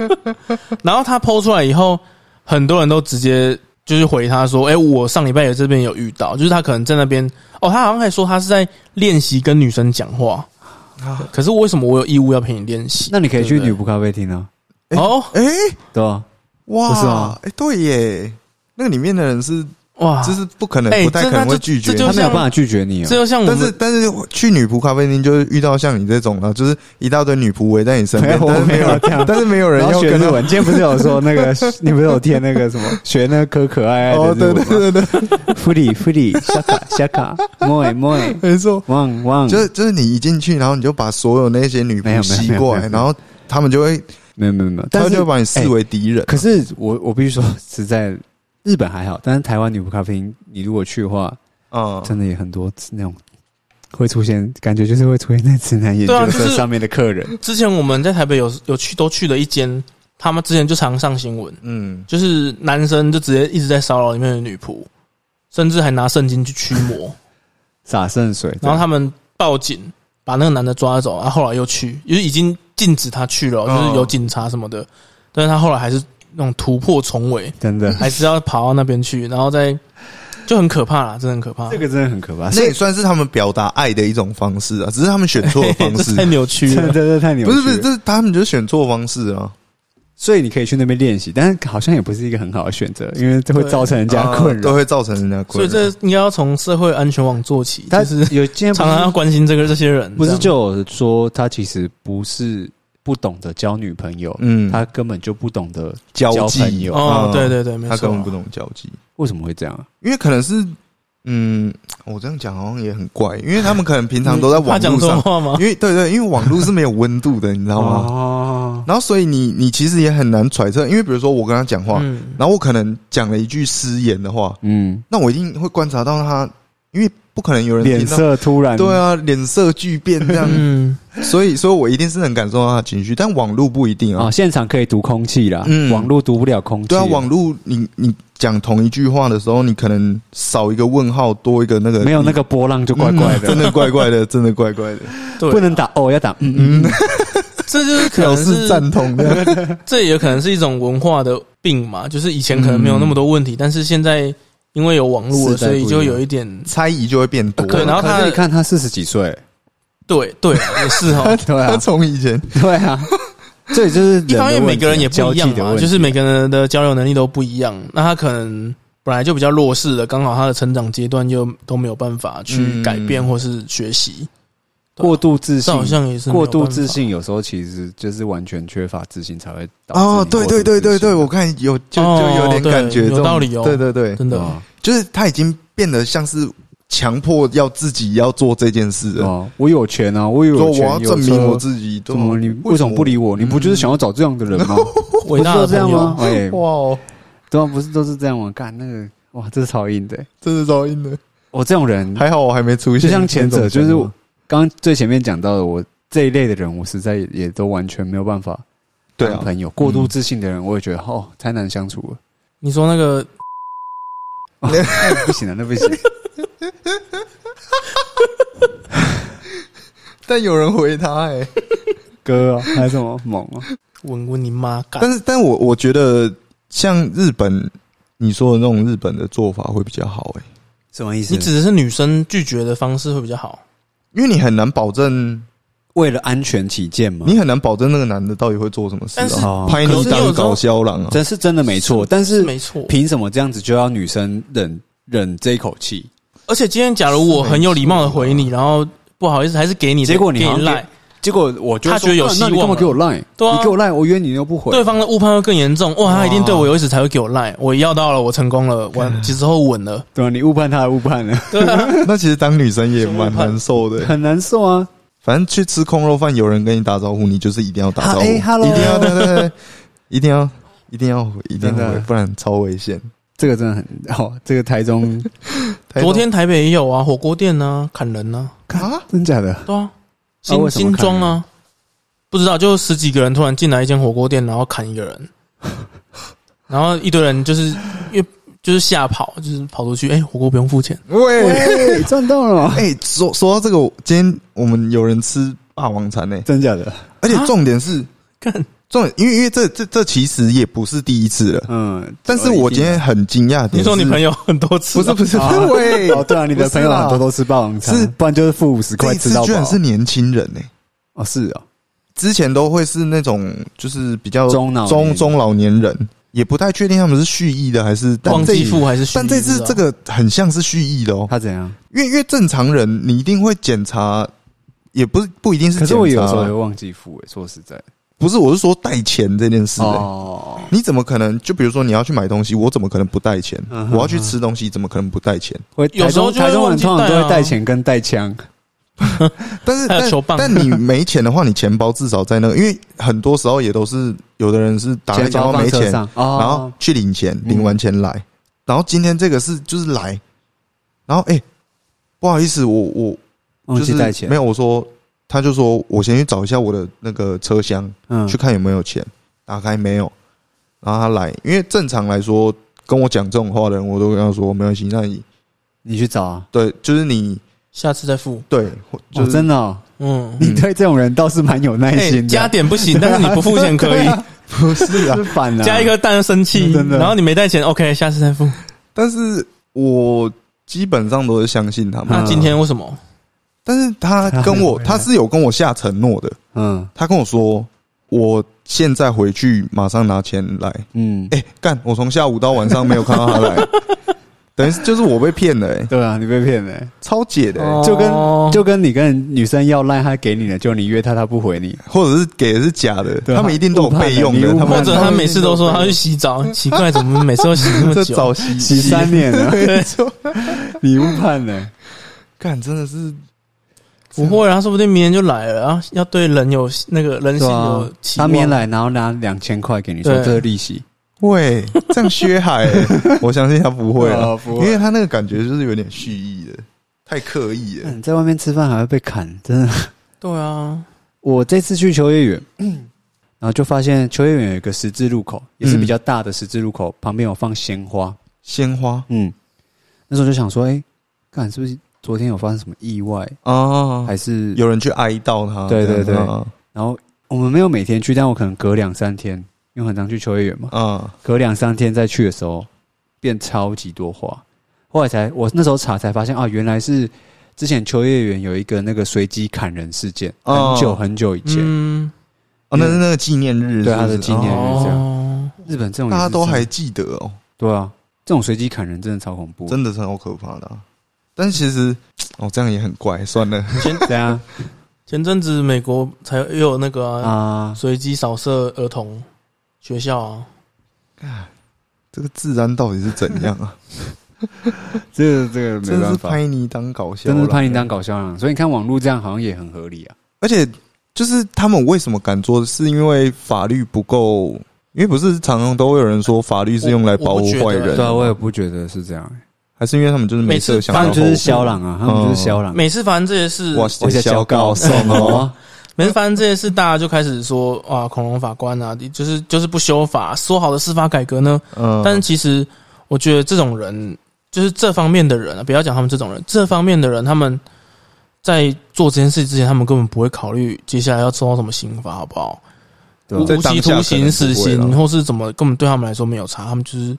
[SPEAKER 3] 然后他剖出来以后，很多人都直接就是回他说：“哎、我上礼拜也这边有遇到，就是他可能在那边哦，他好像还说他是在练习跟女生讲话。
[SPEAKER 2] 啊
[SPEAKER 3] 可是为什么我有义务要陪你练习？
[SPEAKER 1] 那你可以去
[SPEAKER 3] 对
[SPEAKER 1] 女
[SPEAKER 3] 不
[SPEAKER 1] 仆咖啡厅啊，
[SPEAKER 3] 对哦
[SPEAKER 2] 哎，
[SPEAKER 1] 对吧？
[SPEAKER 2] 哇，
[SPEAKER 1] 不是啊吗
[SPEAKER 2] 哎，对耶，那个里面的人是，
[SPEAKER 3] 哇，
[SPEAKER 2] 就是
[SPEAKER 1] 啊
[SPEAKER 2] 不可能，
[SPEAKER 3] 哎
[SPEAKER 2] 不太可能会
[SPEAKER 3] 这
[SPEAKER 2] 拒绝
[SPEAKER 3] 这
[SPEAKER 2] 你。
[SPEAKER 3] 就
[SPEAKER 1] 他没
[SPEAKER 3] 像
[SPEAKER 1] 有办法拒绝你
[SPEAKER 3] 这
[SPEAKER 1] 哦。
[SPEAKER 3] 就像我
[SPEAKER 2] 但
[SPEAKER 3] 们
[SPEAKER 2] 是但是去女仆咖啡厅就是遇到像你这种啊，就是一大堆女仆围在你身边，
[SPEAKER 1] 没有
[SPEAKER 2] 但是
[SPEAKER 1] 我
[SPEAKER 2] 没
[SPEAKER 1] 没
[SPEAKER 2] 有
[SPEAKER 1] 有这样
[SPEAKER 2] *laughs* 但是没有人
[SPEAKER 1] 然
[SPEAKER 2] 要
[SPEAKER 1] 后学
[SPEAKER 2] 跟
[SPEAKER 1] 日
[SPEAKER 2] 他
[SPEAKER 1] 文，今天不是有说那个， *laughs* 你不是有贴那个什么学那个可可爱爱的
[SPEAKER 2] 哦，
[SPEAKER 1] 日
[SPEAKER 2] 对
[SPEAKER 1] 文吗
[SPEAKER 2] 对对对，
[SPEAKER 1] 弗里弗里夏卡夏卡莫诶莫诶
[SPEAKER 2] 没错，
[SPEAKER 1] 旺旺，
[SPEAKER 2] 就是就是你一进去，然后你就把所有那些女
[SPEAKER 1] 嗯没
[SPEAKER 2] 仆
[SPEAKER 1] 有没有
[SPEAKER 2] 吸
[SPEAKER 1] 没有
[SPEAKER 2] 过
[SPEAKER 1] 没
[SPEAKER 2] 来，
[SPEAKER 1] 有
[SPEAKER 2] 然后他们就会，
[SPEAKER 1] 没有没有没有，
[SPEAKER 2] 他
[SPEAKER 1] 但
[SPEAKER 2] 们
[SPEAKER 1] 是
[SPEAKER 2] 就会把你视为敌人。
[SPEAKER 1] 可是我我必须说实在，日本还好，但是台湾女仆咖啡厅，你如果去的话，
[SPEAKER 2] 嗯，
[SPEAKER 1] 真的也很多那种会出现，感觉就是会出现在直男研
[SPEAKER 3] 对啊
[SPEAKER 1] 究
[SPEAKER 3] 就
[SPEAKER 1] 社
[SPEAKER 3] 是
[SPEAKER 1] 上面的客人。
[SPEAKER 3] 之前我们在台北有有去都去了一间，他们之前就常上新闻，
[SPEAKER 2] 嗯，
[SPEAKER 3] 就是男生就直接一直在骚扰里面的女仆，甚至还拿圣经去驱魔，
[SPEAKER 1] 洒圣水，
[SPEAKER 3] 然后他们报警把那个男的抓走，然、啊、后后来又去，就是已经禁止他去
[SPEAKER 2] 嗯
[SPEAKER 3] 了，就是有警察什么的，但是他后来还是那种突破
[SPEAKER 2] *laughs*
[SPEAKER 3] 重围，
[SPEAKER 1] 真的，
[SPEAKER 3] 还是要跑到那边去，然后再就很可怕啦，真的很可怕
[SPEAKER 1] 这，个真的很可怕。
[SPEAKER 2] 那
[SPEAKER 1] 所以
[SPEAKER 2] 也啊算是他们表达爱的一种方式啊，只是他们选错了方式
[SPEAKER 3] *laughs* 这太，
[SPEAKER 2] *laughs*
[SPEAKER 3] 扭曲
[SPEAKER 1] 真的
[SPEAKER 3] 了。
[SPEAKER 1] 真的太牛，
[SPEAKER 2] 不是不是，这，是他们就是选错方式啊。
[SPEAKER 1] 所以你可以去那边练习，但是好像也不是一个很好的选择，因为这会
[SPEAKER 3] 对
[SPEAKER 1] 造成人家困
[SPEAKER 2] 啊都
[SPEAKER 1] 扰。
[SPEAKER 2] 会造成人家
[SPEAKER 3] 所
[SPEAKER 2] 困
[SPEAKER 3] 以
[SPEAKER 2] 扰。
[SPEAKER 3] 这应该要从社会安全网做起，
[SPEAKER 1] 他
[SPEAKER 3] 就是
[SPEAKER 1] 有今天
[SPEAKER 3] 常常要
[SPEAKER 1] 不是
[SPEAKER 3] 关心这个这些人，
[SPEAKER 1] 不
[SPEAKER 3] 这
[SPEAKER 1] 是
[SPEAKER 3] 样
[SPEAKER 1] 就有说他其实不是不懂得交女朋友，
[SPEAKER 2] 嗯，
[SPEAKER 1] 他根本就不懂得
[SPEAKER 2] 交
[SPEAKER 1] 交朋
[SPEAKER 2] 际
[SPEAKER 1] 友
[SPEAKER 3] 哦，
[SPEAKER 2] 嗯
[SPEAKER 3] 对对对，没
[SPEAKER 2] 他
[SPEAKER 3] 错
[SPEAKER 2] 根本不，懂交际，
[SPEAKER 1] 为什么会这样啊？
[SPEAKER 2] 因为可能是嗯，我这样讲好像也很怪，因为他们可能平常都在
[SPEAKER 3] 嗯他
[SPEAKER 2] 网
[SPEAKER 3] 讲
[SPEAKER 2] 络
[SPEAKER 3] 错
[SPEAKER 2] 上，
[SPEAKER 3] 话
[SPEAKER 2] *laughs*
[SPEAKER 3] 吗？
[SPEAKER 2] 因为对对，因为网络是没有温度的，你知道吗？
[SPEAKER 1] 哦，
[SPEAKER 2] 然后所以你你其实也很难揣测，因为比如说我跟他讲话，
[SPEAKER 3] 嗯，
[SPEAKER 2] 然后我可能讲了一句失言的话，
[SPEAKER 1] 嗯，
[SPEAKER 2] 那我一定会观察到他，因为不可能有人
[SPEAKER 1] 脸
[SPEAKER 2] 听到。
[SPEAKER 1] 色突然
[SPEAKER 2] 对啊，脸色巨变这样，
[SPEAKER 3] 嗯，
[SPEAKER 2] 所以，所以我一定是能感受到他的情绪，但网络不一定啊
[SPEAKER 1] 啊，。现场可以读空气啦，
[SPEAKER 2] 嗯
[SPEAKER 1] 网络读不了空气。
[SPEAKER 2] 对啊，网络你你讲同一句话的时候，你可能少一个问号，多一个那个
[SPEAKER 1] 没有那个波浪就怪怪
[SPEAKER 2] 嗯真
[SPEAKER 1] 的，
[SPEAKER 2] 的怪
[SPEAKER 1] *laughs*
[SPEAKER 2] 怪的，真的怪怪的，
[SPEAKER 3] 对，
[SPEAKER 1] 不能打哦，要打嗯嗯。
[SPEAKER 2] 嗯，
[SPEAKER 3] 这就是可
[SPEAKER 2] 表
[SPEAKER 3] 能
[SPEAKER 2] 示
[SPEAKER 3] 是
[SPEAKER 2] 赞同的，
[SPEAKER 3] 这也可能是一种文化的病嘛，就是以前可能没有那么多问题，但是现在因为有网络了，
[SPEAKER 1] 嗯时代
[SPEAKER 3] 所
[SPEAKER 1] 不一
[SPEAKER 3] 以
[SPEAKER 1] 样
[SPEAKER 3] 就有一点
[SPEAKER 2] 猜疑就会变多。啊
[SPEAKER 3] 对然后他
[SPEAKER 1] 嗯可是啊你看他四十几岁，
[SPEAKER 3] 对对也是
[SPEAKER 2] 哦
[SPEAKER 3] 哈。
[SPEAKER 1] *laughs* 对啊
[SPEAKER 2] *laughs* 他，从以前
[SPEAKER 1] 对啊，这也就是人
[SPEAKER 3] 一
[SPEAKER 1] 的
[SPEAKER 3] 方面，
[SPEAKER 1] 问
[SPEAKER 3] 每
[SPEAKER 1] 题啊
[SPEAKER 3] 个人也不一样
[SPEAKER 1] 交
[SPEAKER 2] 啊
[SPEAKER 1] 际的
[SPEAKER 3] 嘛，
[SPEAKER 1] 问题啊
[SPEAKER 3] 就是每个人的交流能力都不一样。那他可能本来就比较弱势的，刚好他的成长阶段又都没有办法去
[SPEAKER 2] 嗯
[SPEAKER 3] 改变或是学习，对啊
[SPEAKER 1] 过度自
[SPEAKER 3] 这
[SPEAKER 1] 信
[SPEAKER 3] 好，像也是没有
[SPEAKER 1] 过度
[SPEAKER 3] 办法
[SPEAKER 1] 自。信有时候其实就是完全缺乏自信才会导致
[SPEAKER 2] 哦，
[SPEAKER 1] 你
[SPEAKER 2] 对
[SPEAKER 1] 过度
[SPEAKER 2] 对对对
[SPEAKER 1] 自信
[SPEAKER 2] 对，我看有就
[SPEAKER 3] 哦
[SPEAKER 2] 就有点感觉，
[SPEAKER 3] 对
[SPEAKER 2] 这种
[SPEAKER 3] 有道理哦
[SPEAKER 2] 对对对，
[SPEAKER 3] 真的，
[SPEAKER 1] 哦
[SPEAKER 2] 就是他已经变得像是强迫要自己要做这件事了，
[SPEAKER 1] 哦，我有钱啊，我有
[SPEAKER 2] 说
[SPEAKER 1] 有
[SPEAKER 2] 我
[SPEAKER 1] 钱
[SPEAKER 2] 要
[SPEAKER 1] 有
[SPEAKER 2] 证明
[SPEAKER 1] 车
[SPEAKER 2] 我自己，对啊嗯
[SPEAKER 1] 怎么你为什么不理我？你不就是想要找这样的人
[SPEAKER 2] *laughs*
[SPEAKER 1] 吗？
[SPEAKER 3] 伟大
[SPEAKER 1] 不
[SPEAKER 3] 的
[SPEAKER 1] 是都这
[SPEAKER 3] 朋
[SPEAKER 1] 样
[SPEAKER 3] 友
[SPEAKER 1] 吗？哎， *laughs*
[SPEAKER 2] 哇哦，
[SPEAKER 1] 对啊，不是都是这样吗？干那个哇，这是超硬的。
[SPEAKER 2] 真是噪音的，
[SPEAKER 1] 我这种人，
[SPEAKER 2] 嗯还好我还没出现，
[SPEAKER 1] 就像前者，就是
[SPEAKER 2] 我
[SPEAKER 1] 我刚刚最前面讲到的，我这一类的人，我实在也也都完全没有办法
[SPEAKER 2] 对
[SPEAKER 1] 当
[SPEAKER 2] 啊，
[SPEAKER 1] 朋友。过度自信的
[SPEAKER 3] 嗯
[SPEAKER 1] 人，我也觉得哦，太难相
[SPEAKER 3] *laughs*
[SPEAKER 1] 处了。
[SPEAKER 3] 你说那个
[SPEAKER 1] 哦那不行了，那不行。
[SPEAKER 2] 但有人回他哎、
[SPEAKER 1] 哥啊，还有什么猛啊？
[SPEAKER 3] 稳稳你妈干，
[SPEAKER 2] *laughs* 但是但我我觉得像日本你说的那种日本的做法会比较好哎、
[SPEAKER 1] 什么意思
[SPEAKER 3] 你指的是女生拒绝的方式会比较好。
[SPEAKER 2] 因为你很难保证，
[SPEAKER 1] 为了安全起见吗？
[SPEAKER 2] 你很难保证那个男的到底会做什么事
[SPEAKER 3] 但是
[SPEAKER 2] 啊，
[SPEAKER 1] 哦
[SPEAKER 2] 拍
[SPEAKER 3] 可
[SPEAKER 2] 你
[SPEAKER 3] 是
[SPEAKER 2] 当
[SPEAKER 3] 有时候
[SPEAKER 2] 搞笑郎啊，
[SPEAKER 1] 真是真的没错，但
[SPEAKER 3] 是
[SPEAKER 1] 是
[SPEAKER 3] 没错。
[SPEAKER 1] 凭什么这样子就要女生忍忍这一口气？
[SPEAKER 3] 而且今天假如我很有礼貌的回你，然后不好意思，还是给你的
[SPEAKER 1] 结果你
[SPEAKER 3] 给
[SPEAKER 1] 好
[SPEAKER 3] 你
[SPEAKER 1] 像
[SPEAKER 3] 赖，
[SPEAKER 1] 结果我就会
[SPEAKER 3] 他
[SPEAKER 1] 说
[SPEAKER 3] 觉得有
[SPEAKER 1] 那那
[SPEAKER 3] 希
[SPEAKER 1] 你干
[SPEAKER 3] 望
[SPEAKER 1] 嘛
[SPEAKER 3] 了
[SPEAKER 1] 给我赖？
[SPEAKER 3] 对啊
[SPEAKER 1] 你给我赖，我约你又不回。
[SPEAKER 3] 对方的误判会更严重。哇，
[SPEAKER 2] 哇
[SPEAKER 3] 他一定对我有意思才会给我赖。我要到了，我成功了，我几之后稳了。
[SPEAKER 1] 对啊，你误判他，误判了，
[SPEAKER 3] 对啊，
[SPEAKER 2] *laughs* 那其实当女生也蛮难受的、
[SPEAKER 1] 很难受啊。
[SPEAKER 2] 反正去吃空肉饭，有人跟你打招呼，你就是一定要打招呼，
[SPEAKER 1] 啊哎，hello
[SPEAKER 2] 一定要对对 *laughs* 对，一定要一定要回，一定要
[SPEAKER 1] 真
[SPEAKER 2] 回
[SPEAKER 1] 的，
[SPEAKER 2] 不然超危险。
[SPEAKER 1] 这个真的很哦，这个台
[SPEAKER 2] *laughs*
[SPEAKER 1] 中
[SPEAKER 2] 台
[SPEAKER 3] *laughs* 昨
[SPEAKER 2] 中
[SPEAKER 3] 天台北也有啊，火锅店啊，砍人啊，
[SPEAKER 2] 啊，
[SPEAKER 1] 真假的
[SPEAKER 3] 对啊，
[SPEAKER 1] 啊
[SPEAKER 3] 新
[SPEAKER 1] 为什么
[SPEAKER 3] 新
[SPEAKER 1] 砍
[SPEAKER 3] 庄啊，不知道就十几个人突然进来一间火锅店，然后砍一个人，然后一堆人就是越就是吓跑，就是跑出去，哎，火锅不用付钱。
[SPEAKER 2] 喂，
[SPEAKER 1] 喂， *laughs* 赚到了，
[SPEAKER 2] *laughs* 哎，说说到这个，我今天我们有人吃霸王餐呢、
[SPEAKER 1] 真假的？
[SPEAKER 2] 而且重点是
[SPEAKER 3] 看，
[SPEAKER 2] 重点，因为因为这这这其实也不是第一次了，
[SPEAKER 1] 嗯，
[SPEAKER 2] 但是我今天很惊讶的点是，
[SPEAKER 3] 你说
[SPEAKER 2] *laughs*
[SPEAKER 3] 你朋友很多次
[SPEAKER 2] 不
[SPEAKER 3] 啊，
[SPEAKER 2] 是不是
[SPEAKER 1] 啊
[SPEAKER 2] 喂，
[SPEAKER 1] *laughs* 哦，对啊，你的朋友很多都吃霸王餐
[SPEAKER 2] 是，
[SPEAKER 1] 不然就是付五十
[SPEAKER 2] 这
[SPEAKER 1] 块
[SPEAKER 2] 一
[SPEAKER 1] 吃
[SPEAKER 2] 次
[SPEAKER 1] 到
[SPEAKER 2] 居
[SPEAKER 1] 饱
[SPEAKER 2] 然。是年轻人呢、
[SPEAKER 1] 哦，是哦，
[SPEAKER 2] 之前都会是那种就是比较
[SPEAKER 1] 中老年
[SPEAKER 2] 中
[SPEAKER 1] 人
[SPEAKER 2] 中老年人，也不太确定他们是蓄意的还是但
[SPEAKER 3] 忘
[SPEAKER 2] 这
[SPEAKER 3] 记付还是蓄意？
[SPEAKER 2] 但这
[SPEAKER 3] 不知
[SPEAKER 2] 次
[SPEAKER 3] 道
[SPEAKER 2] 这个很像是蓄意的哦，
[SPEAKER 1] 他怎样？
[SPEAKER 2] 因为因为正常人你一定会检查，也不是不一定是
[SPEAKER 1] 可
[SPEAKER 2] 检
[SPEAKER 1] 是
[SPEAKER 2] 查，
[SPEAKER 1] 我有时候也忘记付诶，说实在的，
[SPEAKER 2] 不是我是说带钱这件事、欸。
[SPEAKER 1] 哦，
[SPEAKER 2] 你怎么可能？就比如说你要去买东西，我怎么可能不带钱？
[SPEAKER 1] 嗯哼
[SPEAKER 2] 我要去吃东西，怎么可能不带钱？
[SPEAKER 1] 会
[SPEAKER 3] 有时候
[SPEAKER 1] 台中台
[SPEAKER 3] 就会
[SPEAKER 1] 中
[SPEAKER 3] 忘
[SPEAKER 1] 人
[SPEAKER 3] 记
[SPEAKER 1] 通常都
[SPEAKER 3] 带啊
[SPEAKER 1] 会带钱跟带枪，*laughs*
[SPEAKER 2] 但是
[SPEAKER 3] 还有
[SPEAKER 2] 但
[SPEAKER 3] 球棒
[SPEAKER 2] 但你没钱的话，你钱包至少在那个，因因为很多时候也都是有的人是打开
[SPEAKER 1] 钱
[SPEAKER 2] 钱包
[SPEAKER 1] 包放
[SPEAKER 2] 啊没
[SPEAKER 1] 车
[SPEAKER 2] 钱，
[SPEAKER 1] 上，
[SPEAKER 2] 然后
[SPEAKER 1] 哦，
[SPEAKER 2] 去领钱，
[SPEAKER 1] 嗯
[SPEAKER 2] 领完钱来，然后今天这个是就是来，然后哎、不好意思，我我
[SPEAKER 1] 哦忘
[SPEAKER 2] 就
[SPEAKER 1] 记
[SPEAKER 2] 是
[SPEAKER 1] 带钱，
[SPEAKER 2] 没
[SPEAKER 1] 有，
[SPEAKER 2] 有，我说他就说我先去找一下我的那个车厢，
[SPEAKER 1] 嗯
[SPEAKER 2] 去看有没有钱，打开没有，然后他来，因为正常来说跟我讲这种话的人，我都跟他说没关系，那你
[SPEAKER 1] 你去找啊，
[SPEAKER 2] 对，就是你
[SPEAKER 3] 下次再付。
[SPEAKER 2] 对，就
[SPEAKER 1] 哦，
[SPEAKER 2] 是、
[SPEAKER 1] 真的哦，
[SPEAKER 3] 嗯，
[SPEAKER 1] 你对这种人倒是蛮有耐
[SPEAKER 3] 哎
[SPEAKER 1] 心
[SPEAKER 3] 加
[SPEAKER 1] 的，
[SPEAKER 3] 点不行，但是你不付
[SPEAKER 1] *laughs*
[SPEAKER 3] 钱可以
[SPEAKER 2] *laughs* 不是啊
[SPEAKER 1] 是，反了，
[SPEAKER 3] 加一，个蛋生气，
[SPEAKER 1] 嗯真的嗯
[SPEAKER 3] 然后你没带钱，OK，下次再付。
[SPEAKER 2] 但是我基本上都是相信他们，
[SPEAKER 3] 那今
[SPEAKER 1] 嗯
[SPEAKER 3] 天为什么？
[SPEAKER 2] 但是他跟我他是有跟我下承诺的，
[SPEAKER 1] 嗯
[SPEAKER 2] 他跟我说我现在回去马上拿钱来，
[SPEAKER 1] 嗯，
[SPEAKER 2] 哎、干，我从下午到晚上没有看到他
[SPEAKER 1] *laughs*
[SPEAKER 2] 来，等于是就是我被骗了、哎，
[SPEAKER 1] 对啊，你被骗了欸，
[SPEAKER 2] 超解的、哎
[SPEAKER 3] 哦
[SPEAKER 1] 就跟就跟你跟女生要赖，她给你了，就你约她，她不回你，
[SPEAKER 2] 或者是给的是假的，
[SPEAKER 1] 对
[SPEAKER 2] 他们一定都有备用
[SPEAKER 1] 他
[SPEAKER 2] 的，
[SPEAKER 1] 们
[SPEAKER 2] 他们
[SPEAKER 3] 或者他每次都说他去洗澡，奇怪，怎么每次都洗那么
[SPEAKER 2] 这
[SPEAKER 3] 久？
[SPEAKER 1] *laughs*
[SPEAKER 2] 早洗
[SPEAKER 1] 洗三年了，
[SPEAKER 2] 没错，
[SPEAKER 1] 你误判了，
[SPEAKER 2] 干真的是
[SPEAKER 3] 不会啊，说不定明天就来了啊！要对人有那个人
[SPEAKER 1] 对
[SPEAKER 3] 性
[SPEAKER 1] 啊
[SPEAKER 3] 有，期
[SPEAKER 1] *laughs* 他
[SPEAKER 3] 望。
[SPEAKER 1] 明天来，然后拿两千块给你，说
[SPEAKER 3] 对
[SPEAKER 1] 这是利息，
[SPEAKER 2] 喂，这样薛
[SPEAKER 1] *laughs*
[SPEAKER 2] 海、哎我相信他不会啊
[SPEAKER 1] 哦，不
[SPEAKER 2] 因
[SPEAKER 1] 会
[SPEAKER 2] 为他那个感觉就是有点蓄意的，太刻意了。
[SPEAKER 1] 嗯，在外面吃饭还会被砍，真的。
[SPEAKER 3] 对啊，
[SPEAKER 1] 我这次去秋叶原，然后就发现秋叶原有一个十字路口，也是比较大的十字路口，旁边有放鲜花。
[SPEAKER 2] 鲜花
[SPEAKER 1] 嗯，那时候就想说，哎、看是不是昨天有发生什么意外，
[SPEAKER 2] 啊，
[SPEAKER 1] 还是有？
[SPEAKER 2] 有人去哀悼他，
[SPEAKER 1] 哦对对
[SPEAKER 2] 这样啊
[SPEAKER 1] 然后我们没有每天去，但我可能隔两三天，因为很常去秋叶原嘛，
[SPEAKER 2] 啊，
[SPEAKER 1] 隔两三天再去的时候，变超级多花。后来才我那时候查才发现啊，原来是之前秋叶原有一个那个随机砍人事件，很
[SPEAKER 2] 哦
[SPEAKER 1] 久很久以前，
[SPEAKER 3] 嗯，
[SPEAKER 2] 哦，那是那个纪念日，
[SPEAKER 1] 对
[SPEAKER 2] 是不
[SPEAKER 1] 他
[SPEAKER 2] 是
[SPEAKER 1] 的纪念日这样
[SPEAKER 3] 哦，
[SPEAKER 1] 日本这种
[SPEAKER 2] 哦
[SPEAKER 1] 也
[SPEAKER 2] 大
[SPEAKER 1] 是
[SPEAKER 2] 家都
[SPEAKER 1] 这样
[SPEAKER 2] 还记得哦，
[SPEAKER 1] 对啊，这种随机砍人真的超恐怖。
[SPEAKER 2] 真的是好可怕的啊。但其实哦，这样也很怪，
[SPEAKER 1] *laughs*
[SPEAKER 2] 算了，
[SPEAKER 1] 对啊
[SPEAKER 3] 前阵子美国才又有那个啊
[SPEAKER 1] 啊，
[SPEAKER 3] 随机扫射儿童学校啊，
[SPEAKER 2] 这个治安到底是怎样
[SPEAKER 1] *laughs*
[SPEAKER 2] 啊？
[SPEAKER 1] 这个这个
[SPEAKER 2] 真的是，拍你当搞笑，
[SPEAKER 1] 真的是拍你当。搞笑啊！所以你看网络这样好像也很合理啊。
[SPEAKER 2] 而且就是他们为什么敢做，是因为法律不够，因为不是常常都会有人说法律是用来保护坏
[SPEAKER 3] 我不觉
[SPEAKER 2] 人
[SPEAKER 1] 对
[SPEAKER 3] 得
[SPEAKER 1] 啊，
[SPEAKER 2] 的
[SPEAKER 1] 我也
[SPEAKER 2] 吗，
[SPEAKER 1] 不觉得是这样欸、
[SPEAKER 2] 还是因为他们就是没设想
[SPEAKER 1] 他
[SPEAKER 2] 到
[SPEAKER 1] 们
[SPEAKER 2] 后
[SPEAKER 1] 就
[SPEAKER 2] 果，
[SPEAKER 1] 是肖朗啊，他们就是肖朗。
[SPEAKER 3] 每次发生这些事，
[SPEAKER 2] 哇，
[SPEAKER 1] 我在
[SPEAKER 2] 小
[SPEAKER 1] 小
[SPEAKER 2] 告
[SPEAKER 1] 告
[SPEAKER 2] 送哦，
[SPEAKER 1] 哦，
[SPEAKER 3] 每次发生这些事，大家就开始说啊，恐龙法官啊，就是就是不修法，说好的司法改革呢？
[SPEAKER 2] 嗯，
[SPEAKER 3] 但是其实我觉得这种人，就是这方面的人啊，不要讲他们这种人，这方面的人，他们在做这件事之前，他们根本不会考虑接下来要受到什么刑罚，好不好？
[SPEAKER 1] 对
[SPEAKER 3] 无
[SPEAKER 1] 啊
[SPEAKER 2] 在
[SPEAKER 3] 无
[SPEAKER 2] 当
[SPEAKER 3] 期
[SPEAKER 2] 下
[SPEAKER 3] 徒
[SPEAKER 2] 可能
[SPEAKER 3] 刑、
[SPEAKER 2] 不
[SPEAKER 3] 死
[SPEAKER 2] 会
[SPEAKER 3] 刑
[SPEAKER 2] 啦
[SPEAKER 3] 或是怎么，根本对他们来说没有差，他们就是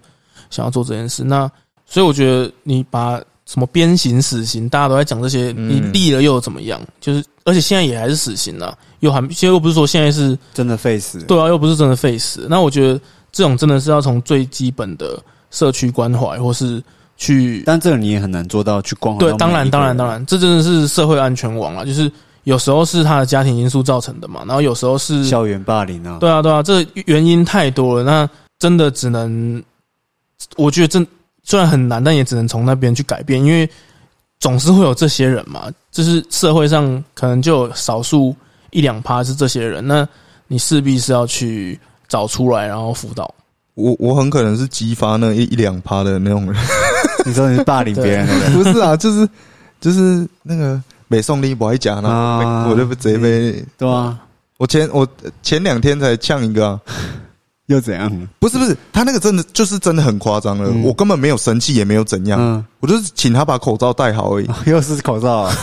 [SPEAKER 3] 想要做这件事。那所以我觉得你把什么鞭刑、死刑，大家都在讲这些，
[SPEAKER 2] 嗯
[SPEAKER 3] 你立了又怎么样？就是而且现在也还是死刑啊，又还现在又不是说现在是
[SPEAKER 1] 真的 face。
[SPEAKER 3] 对啊，又不是真的 face。那我觉得这种真的是要从最基本的社区关怀，或是去
[SPEAKER 1] 但这个你也很难做到去光环
[SPEAKER 3] 对
[SPEAKER 1] 到，
[SPEAKER 3] 当然
[SPEAKER 1] 每一个
[SPEAKER 3] 当然
[SPEAKER 1] 人
[SPEAKER 3] 当，然，这真的是社会安全网啊，就是有时候是他的家庭因素造成的嘛，然后有时候是
[SPEAKER 1] 校园霸凌啊，
[SPEAKER 3] 对啊，对啊，这原因太多了，那真的只能，我觉得这虽然很难，但也只能从那边去改变，因为总是会有这些人嘛，就是社会上可能就有少数一两趴是这些人，那你势必是要去找出来，然后辅导。
[SPEAKER 2] 我我很可能是激发那一一两趴的那
[SPEAKER 1] *laughs*
[SPEAKER 2] 种人，
[SPEAKER 1] 你说你是霸凌别人的人，
[SPEAKER 2] 不是啊，就是就是那个北宋立博一讲呢
[SPEAKER 1] 啊，
[SPEAKER 2] 我就直接被
[SPEAKER 1] 对啊，
[SPEAKER 2] 我前我前两天才呛一个啊，
[SPEAKER 1] 又怎样？
[SPEAKER 2] 不是不是，他那个真的就是真的很夸张了，
[SPEAKER 1] 嗯
[SPEAKER 2] 我根本没有生气，也没有怎样，
[SPEAKER 1] 嗯， *laughs*
[SPEAKER 2] 我就是请他把口罩戴好而已。
[SPEAKER 1] 又是口罩啊，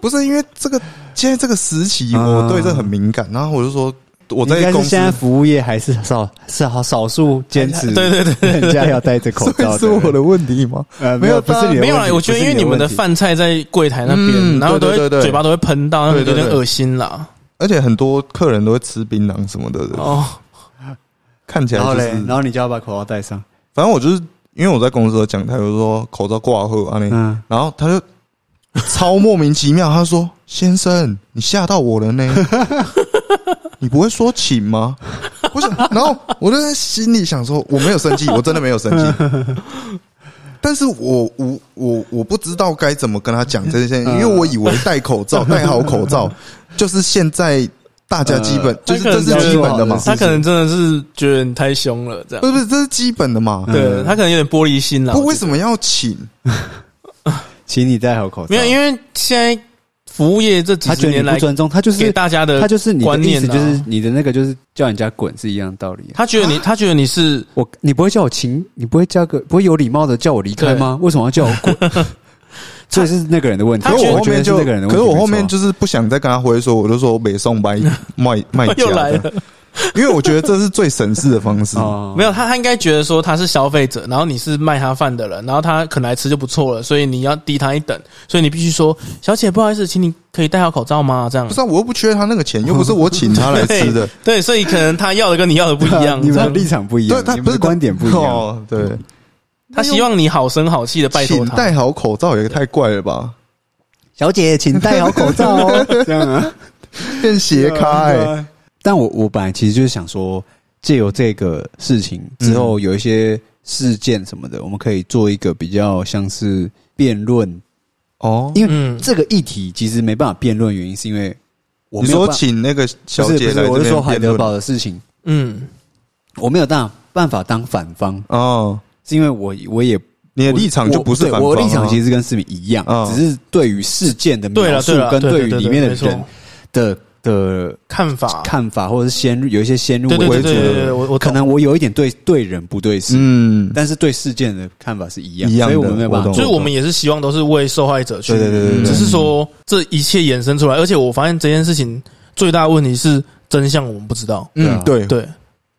[SPEAKER 2] 不是因为这个现在这个时期，
[SPEAKER 1] 啊
[SPEAKER 2] 我对这很敏感，然后我就说我
[SPEAKER 1] 应
[SPEAKER 2] 在
[SPEAKER 1] 该是
[SPEAKER 2] 公司
[SPEAKER 1] 现，在服务业还是少少少数坚持，
[SPEAKER 3] *laughs* 对对对对
[SPEAKER 1] 人家要戴着口
[SPEAKER 2] 所
[SPEAKER 1] 罩
[SPEAKER 2] 以
[SPEAKER 3] *laughs*
[SPEAKER 1] 人，
[SPEAKER 2] 是我的问题吗？
[SPEAKER 1] 呃，
[SPEAKER 2] 没
[SPEAKER 1] 没
[SPEAKER 2] 有
[SPEAKER 1] 有，不是
[SPEAKER 2] 当
[SPEAKER 1] 你的
[SPEAKER 3] 没有
[SPEAKER 1] 问
[SPEAKER 3] 啦，
[SPEAKER 1] 题
[SPEAKER 3] 我觉得
[SPEAKER 1] 不
[SPEAKER 3] 因
[SPEAKER 1] 是
[SPEAKER 3] 为你
[SPEAKER 1] 的
[SPEAKER 3] 们的
[SPEAKER 1] 问题
[SPEAKER 3] 饭菜在柜台那边，
[SPEAKER 2] 嗯
[SPEAKER 3] 然后都
[SPEAKER 2] 对对对
[SPEAKER 3] 会
[SPEAKER 2] 对
[SPEAKER 3] 嘴巴都会喷到，那个有
[SPEAKER 2] 对对
[SPEAKER 3] 点
[SPEAKER 2] 对
[SPEAKER 3] 恶心啦。
[SPEAKER 2] 而且很多客人都会吃槟榔什么的，
[SPEAKER 3] 哦，
[SPEAKER 2] 看起来
[SPEAKER 1] 然后
[SPEAKER 2] 就
[SPEAKER 1] 嘞，
[SPEAKER 2] 是
[SPEAKER 1] 然。后你就要把口罩戴上，
[SPEAKER 2] 反正我就是因为我在公司的讲台，我就说口罩挂后啊，那
[SPEAKER 1] 嗯，
[SPEAKER 2] 然后他就超莫名其妙，他说：“先生，你吓到我
[SPEAKER 3] *laughs*
[SPEAKER 2] 了呢，你不会说请吗？”我想，然后我就在心里想说，我没有生气，我真的没有生气。
[SPEAKER 3] *laughs*
[SPEAKER 2] 但是我我我我不知道该怎么跟他讲这些，因为我以为戴口罩、戴好口
[SPEAKER 3] *laughs*
[SPEAKER 2] 罩，就是现在大家基本
[SPEAKER 1] 呃
[SPEAKER 2] 就是这是基本的嘛，
[SPEAKER 1] 是
[SPEAKER 3] 嗯哦他可能真的是觉得你太凶了，这
[SPEAKER 2] 不
[SPEAKER 3] 样。
[SPEAKER 2] 是不是这是基本的嘛？
[SPEAKER 1] 嗯
[SPEAKER 3] 对他可能有点玻璃心了
[SPEAKER 2] 他。为什么要请？
[SPEAKER 1] 请你戴好口罩。
[SPEAKER 3] 没有，因为现在服务业这几
[SPEAKER 1] 他
[SPEAKER 3] 十
[SPEAKER 1] 觉得
[SPEAKER 3] 年
[SPEAKER 1] 你不
[SPEAKER 3] 来
[SPEAKER 1] 尊重，他就
[SPEAKER 3] 给
[SPEAKER 1] 是
[SPEAKER 3] 大家的
[SPEAKER 1] 他就是你的
[SPEAKER 3] 观
[SPEAKER 1] 意
[SPEAKER 3] 念
[SPEAKER 1] 思，
[SPEAKER 3] 啊
[SPEAKER 1] 就是你的那个就是叫人家滚是一样的道理啊、
[SPEAKER 3] 他觉得你，他觉得你是
[SPEAKER 1] 我你不会叫我请，你不会叫个不会有礼貌的叫我离开吗？为什么要叫我滚？
[SPEAKER 2] *laughs*
[SPEAKER 1] 这是那个人的问题。
[SPEAKER 3] 他
[SPEAKER 2] 可是
[SPEAKER 3] 觉
[SPEAKER 2] 我
[SPEAKER 3] 得
[SPEAKER 2] 后
[SPEAKER 1] 觉
[SPEAKER 2] 面
[SPEAKER 1] 得是
[SPEAKER 2] 就，
[SPEAKER 1] 那个人的
[SPEAKER 2] 可
[SPEAKER 1] 问题。
[SPEAKER 2] 是我后
[SPEAKER 1] 没
[SPEAKER 2] 面
[SPEAKER 1] 错
[SPEAKER 2] 就是不想再跟他回说，我就说北宋卖卖卖 *laughs* 家
[SPEAKER 3] 又来
[SPEAKER 2] 的，
[SPEAKER 3] 了，
[SPEAKER 2] 因为我觉得这是最省事的方式。
[SPEAKER 1] 哦
[SPEAKER 3] 没有他，他应该觉得说他是消费者，然后你是卖他饭的人，然后他可能来吃就不错了，所以你要低他一等，所以你必须说小姐不好意思，请你可以戴好口罩吗？这样
[SPEAKER 2] 不是、啊，我又不缺他那个钱，又不是我请他来吃 *laughs* 的。
[SPEAKER 3] 对，对所以可能他要的跟你要的不一
[SPEAKER 1] *laughs*
[SPEAKER 3] 样，
[SPEAKER 1] 你们
[SPEAKER 3] 这
[SPEAKER 1] 的
[SPEAKER 3] 样
[SPEAKER 1] 立场不一
[SPEAKER 2] 对
[SPEAKER 1] 样，
[SPEAKER 2] 他
[SPEAKER 1] 你们
[SPEAKER 2] 不
[SPEAKER 1] 的
[SPEAKER 2] 是
[SPEAKER 1] 观点不一样。
[SPEAKER 2] 哦，对，
[SPEAKER 3] 他希望你好声好气的拜托
[SPEAKER 2] 请
[SPEAKER 3] 他。
[SPEAKER 2] 戴好口罩也太怪了吧，
[SPEAKER 1] 小姐，请戴好口罩哦。 *laughs* 这样啊，
[SPEAKER 2] 变斜咖哎、欸。
[SPEAKER 1] 但我我本来其实就是想说，借由这个事情之后，
[SPEAKER 2] 嗯
[SPEAKER 1] 有一些事件什么的，我们可以做一个比较像是辩论。
[SPEAKER 2] 哦，
[SPEAKER 1] 因为
[SPEAKER 3] 嗯
[SPEAKER 1] 这个议题其实没办法辩论，原因是因为我
[SPEAKER 2] 你
[SPEAKER 1] 没有
[SPEAKER 2] 说
[SPEAKER 1] 办
[SPEAKER 2] 请那个小
[SPEAKER 1] 不是
[SPEAKER 2] 姐
[SPEAKER 1] 不
[SPEAKER 2] 来
[SPEAKER 1] 是，
[SPEAKER 2] 这
[SPEAKER 1] 我是说
[SPEAKER 2] 边
[SPEAKER 1] 海
[SPEAKER 2] 辩
[SPEAKER 1] 德堡
[SPEAKER 2] 论
[SPEAKER 1] 的事情，
[SPEAKER 3] 嗯，
[SPEAKER 1] 我没有办办法当反方，
[SPEAKER 2] 哦，
[SPEAKER 1] 是因为我我也
[SPEAKER 2] 你的立场就不是
[SPEAKER 1] 我对
[SPEAKER 2] 反方、啊
[SPEAKER 1] 我的立场其实跟思敏一样，
[SPEAKER 2] 嗯
[SPEAKER 1] 只是对于事件的
[SPEAKER 3] 啊对
[SPEAKER 1] 描
[SPEAKER 3] 了
[SPEAKER 1] 述
[SPEAKER 3] 对了，
[SPEAKER 1] 跟
[SPEAKER 3] 对
[SPEAKER 1] 对于
[SPEAKER 3] 对
[SPEAKER 1] 里面的
[SPEAKER 3] 没错
[SPEAKER 1] 人的的
[SPEAKER 3] 看法，
[SPEAKER 1] 看法，或者是先入有一些先入
[SPEAKER 3] 对对
[SPEAKER 1] 为
[SPEAKER 3] 对
[SPEAKER 1] 主
[SPEAKER 3] 对对，对
[SPEAKER 1] 的，
[SPEAKER 3] 我我懂
[SPEAKER 1] 可能我有一点对对人不对事，
[SPEAKER 2] 嗯，
[SPEAKER 1] 但是对事件的看法是一样，
[SPEAKER 2] 一样
[SPEAKER 1] 所以
[SPEAKER 2] 的
[SPEAKER 1] 我们没有办法
[SPEAKER 2] 我懂
[SPEAKER 3] 所
[SPEAKER 1] 做，
[SPEAKER 3] 以我们也是希望都是为受害者去，
[SPEAKER 1] 对哦对对对对
[SPEAKER 3] 只是说这一切衍生出来，而且我发现这件事情最大的问题是真相我们不知道，
[SPEAKER 1] 对啊
[SPEAKER 2] 嗯，对，
[SPEAKER 3] 对，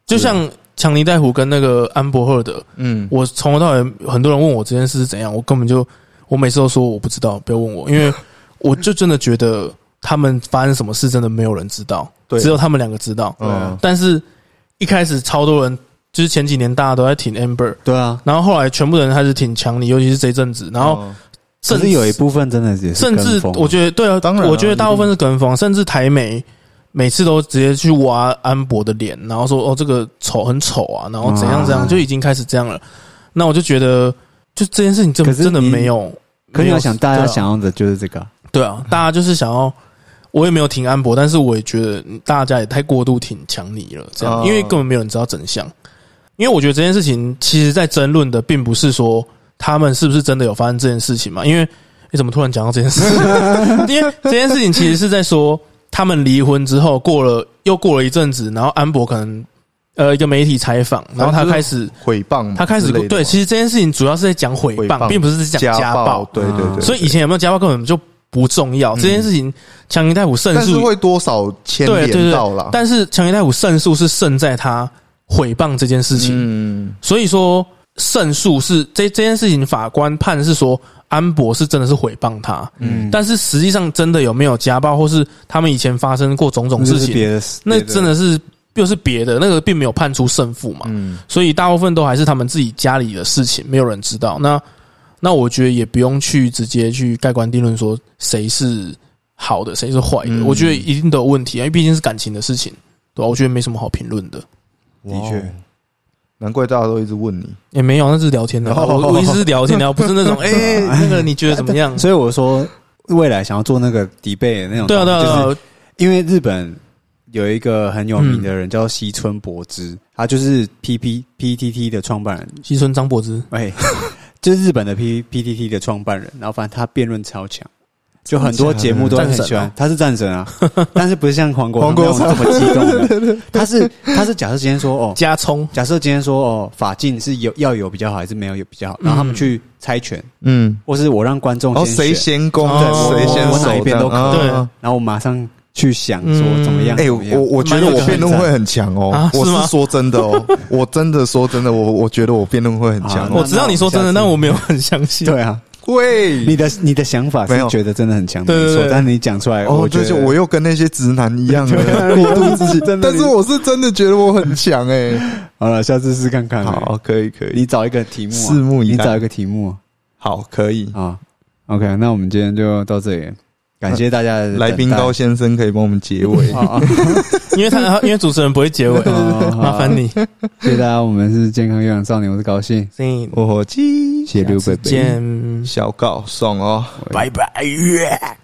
[SPEAKER 3] 就像强尼戴普跟那个安伯赫德，
[SPEAKER 2] 嗯，
[SPEAKER 3] 我从头到尾很多人问我这件事是怎样，我根本就我每次都说我不知道，不要问我，
[SPEAKER 1] *laughs*
[SPEAKER 3] 因为我就真的觉得他们发生什么事真的没有人知道，
[SPEAKER 1] *laughs*
[SPEAKER 2] 对
[SPEAKER 3] 只有他们两个知道，
[SPEAKER 2] 嗯，
[SPEAKER 3] 但是一开始超多人。就是前几年大家都在挺 Amber，
[SPEAKER 1] 对啊。
[SPEAKER 3] 然后后来全部人开始挺强尼，尤其是这阵子，然后
[SPEAKER 2] 哦
[SPEAKER 1] 甚
[SPEAKER 3] 甚
[SPEAKER 1] 至
[SPEAKER 3] 至
[SPEAKER 1] 有一部分真的也是
[SPEAKER 3] 甚
[SPEAKER 1] 跟
[SPEAKER 3] 至
[SPEAKER 1] 风啊
[SPEAKER 3] 我觉得对啊，
[SPEAKER 2] 当然啊
[SPEAKER 3] 我觉得大部分是跟风，甚至台媒每次都直接去挖安博的脸，然后说哦这个丑很丑啊，然后怎样怎样，
[SPEAKER 1] 啊
[SPEAKER 3] 就已经开始这样了。那我就觉得，就这件事情真
[SPEAKER 1] 可是你
[SPEAKER 3] 真的没有，
[SPEAKER 1] 可
[SPEAKER 3] 没
[SPEAKER 1] 你
[SPEAKER 3] 有
[SPEAKER 1] 要想，大家
[SPEAKER 3] 对啊
[SPEAKER 1] 想要的就是这个啊，
[SPEAKER 3] 对啊，大家就是想要。我也没有挺安博，但是我也觉得大家也太过度挺强你了，这样，
[SPEAKER 2] 哦
[SPEAKER 3] 因为根本没有人知道真相。因为我觉得这件事情，其实在争论的并不是说他们是不是真的有发生这件事情嘛，因为你怎么突然讲到这
[SPEAKER 2] *laughs*
[SPEAKER 3] 件事？因为这件事情其实是在说他们离婚之后，过了又过了一阵子，然后安博可能呃一个媒体采访，
[SPEAKER 2] 嗯
[SPEAKER 3] 然后他开始
[SPEAKER 2] 毁谤嘛，
[SPEAKER 3] 他开
[SPEAKER 2] 嗯
[SPEAKER 3] 始
[SPEAKER 2] 之类的
[SPEAKER 3] 对，
[SPEAKER 2] 嘛
[SPEAKER 3] 其实这件事情主要是在讲毁
[SPEAKER 2] 毁
[SPEAKER 3] 谤，
[SPEAKER 2] 谤
[SPEAKER 3] 并不是讲
[SPEAKER 2] 家
[SPEAKER 3] 暴
[SPEAKER 2] 暴，，对对对，对嗯
[SPEAKER 3] 所以以前有没有家暴根本就不重要，这件事情强尼戴普胜
[SPEAKER 2] 但是
[SPEAKER 3] 诉，
[SPEAKER 2] 会啊多少牵
[SPEAKER 3] 对对
[SPEAKER 2] 连
[SPEAKER 3] 对
[SPEAKER 2] 到啦，
[SPEAKER 3] 但是强尼戴普胜诉是胜在他毁谤这件事情，
[SPEAKER 2] 嗯，
[SPEAKER 3] 所以说胜诉是这这件事情，法官判是说安博是真的是毁谤他，
[SPEAKER 1] 嗯，
[SPEAKER 3] 但是实际上真的有没有家暴，或是他们以前发生过种种
[SPEAKER 1] 那就
[SPEAKER 3] 事
[SPEAKER 1] 是
[SPEAKER 3] 情，
[SPEAKER 1] 别的，
[SPEAKER 3] 那
[SPEAKER 1] 别
[SPEAKER 3] 真的是又是别的，那个并没有判出胜负嘛，
[SPEAKER 2] 嗯，
[SPEAKER 3] 所以大部分都还是他们自己家里的事情，没有人知道。那那我觉得也不用去直接去盖棺定论说谁是好的，谁是坏的。
[SPEAKER 2] 嗯
[SPEAKER 3] 我觉得一定都有问题啊，因为毕竟是感情的事情，对吧、我觉得没什么好评论的，
[SPEAKER 1] 的确，
[SPEAKER 3] 哦
[SPEAKER 2] 难怪大家都一直问你，
[SPEAKER 3] 也没有，那是聊天的啊。
[SPEAKER 2] 哦
[SPEAKER 3] 我我意思是聊天的啊，不是那种哎、那个你觉得怎么
[SPEAKER 1] *laughs*
[SPEAKER 3] 样？
[SPEAKER 1] 所以我说未来想要做那个 debate 的那种
[SPEAKER 3] 对啊，
[SPEAKER 1] 东
[SPEAKER 3] 对
[SPEAKER 1] 西，
[SPEAKER 3] 啊，
[SPEAKER 1] 就是
[SPEAKER 3] 对啊
[SPEAKER 1] 因为日本有一个很有名的人叫西村博之，他就是 P P P T T 的创办人，
[SPEAKER 3] 西村张柏芝，
[SPEAKER 1] 哎、 *laughs* 就是日本的 P P T T 的创办人。然后反正他辩论超强，就很多节目都会很喜欢，他是战神啊，但是不是像黄国
[SPEAKER 2] 黄国
[SPEAKER 1] 昌那种这么激动的，他是他是假设今天说哦。
[SPEAKER 3] 加葱，
[SPEAKER 1] 假设今天说哦，法镜是有要有比较好，还是没有有比较好？然后他们去猜拳，
[SPEAKER 2] 嗯，
[SPEAKER 1] 或是我让观众
[SPEAKER 2] 然后
[SPEAKER 1] 先
[SPEAKER 2] 谁
[SPEAKER 1] 选
[SPEAKER 2] 先攻
[SPEAKER 3] 哦
[SPEAKER 2] 谁先
[SPEAKER 1] 我
[SPEAKER 2] 守
[SPEAKER 1] 哪一边都可
[SPEAKER 3] 以
[SPEAKER 2] 啊
[SPEAKER 1] 然后我马上去想说怎么样？
[SPEAKER 2] 哎、
[SPEAKER 1] 怎么样
[SPEAKER 2] 我我觉得我辩论会很强哦、
[SPEAKER 3] 啊
[SPEAKER 2] 我
[SPEAKER 3] 是吗
[SPEAKER 2] 是说真的哦、我真的说真的，我我觉得我辩论会很强、
[SPEAKER 1] 啊
[SPEAKER 2] 哦。
[SPEAKER 3] 我知道你说真的，
[SPEAKER 1] 那
[SPEAKER 3] 但
[SPEAKER 1] 我
[SPEAKER 3] 我没有很相信。
[SPEAKER 1] 对啊，
[SPEAKER 2] 喂
[SPEAKER 1] 你的你的想法
[SPEAKER 2] 没
[SPEAKER 1] 是
[SPEAKER 2] 有
[SPEAKER 1] 觉得真的很强，没
[SPEAKER 3] 对对
[SPEAKER 1] 错
[SPEAKER 3] 对，
[SPEAKER 1] 但你讲出来，
[SPEAKER 2] 哦，
[SPEAKER 1] 觉
[SPEAKER 2] 就
[SPEAKER 1] 得
[SPEAKER 2] 是我又跟那些直男一样了，
[SPEAKER 1] 过度自己，
[SPEAKER 2] 但是我是真的觉得我很强哎、
[SPEAKER 1] 好了，下次试看看。
[SPEAKER 2] 好，，可以可以，
[SPEAKER 1] 你找一个题目啊，
[SPEAKER 2] 拭目以
[SPEAKER 1] 你
[SPEAKER 2] 待
[SPEAKER 1] 找一个题目啊
[SPEAKER 2] 好可以。
[SPEAKER 1] 好。OK，那我们今天就到这里，感谢大家的
[SPEAKER 2] 来宾高
[SPEAKER 1] 等
[SPEAKER 2] 先生可以帮我们结
[SPEAKER 1] *laughs*
[SPEAKER 2] 尾
[SPEAKER 1] 待。啊，啊
[SPEAKER 3] 因为他因为主持人不会结尾，啊
[SPEAKER 1] 哦
[SPEAKER 3] 麻烦你。
[SPEAKER 1] 谢谢大家，我们是健康有氧少年，我是高兴，
[SPEAKER 3] 所以
[SPEAKER 2] 我鸡
[SPEAKER 1] 谢谢刘贝贝，
[SPEAKER 3] 见，
[SPEAKER 2] 小告爽哦。
[SPEAKER 3] 拜拜。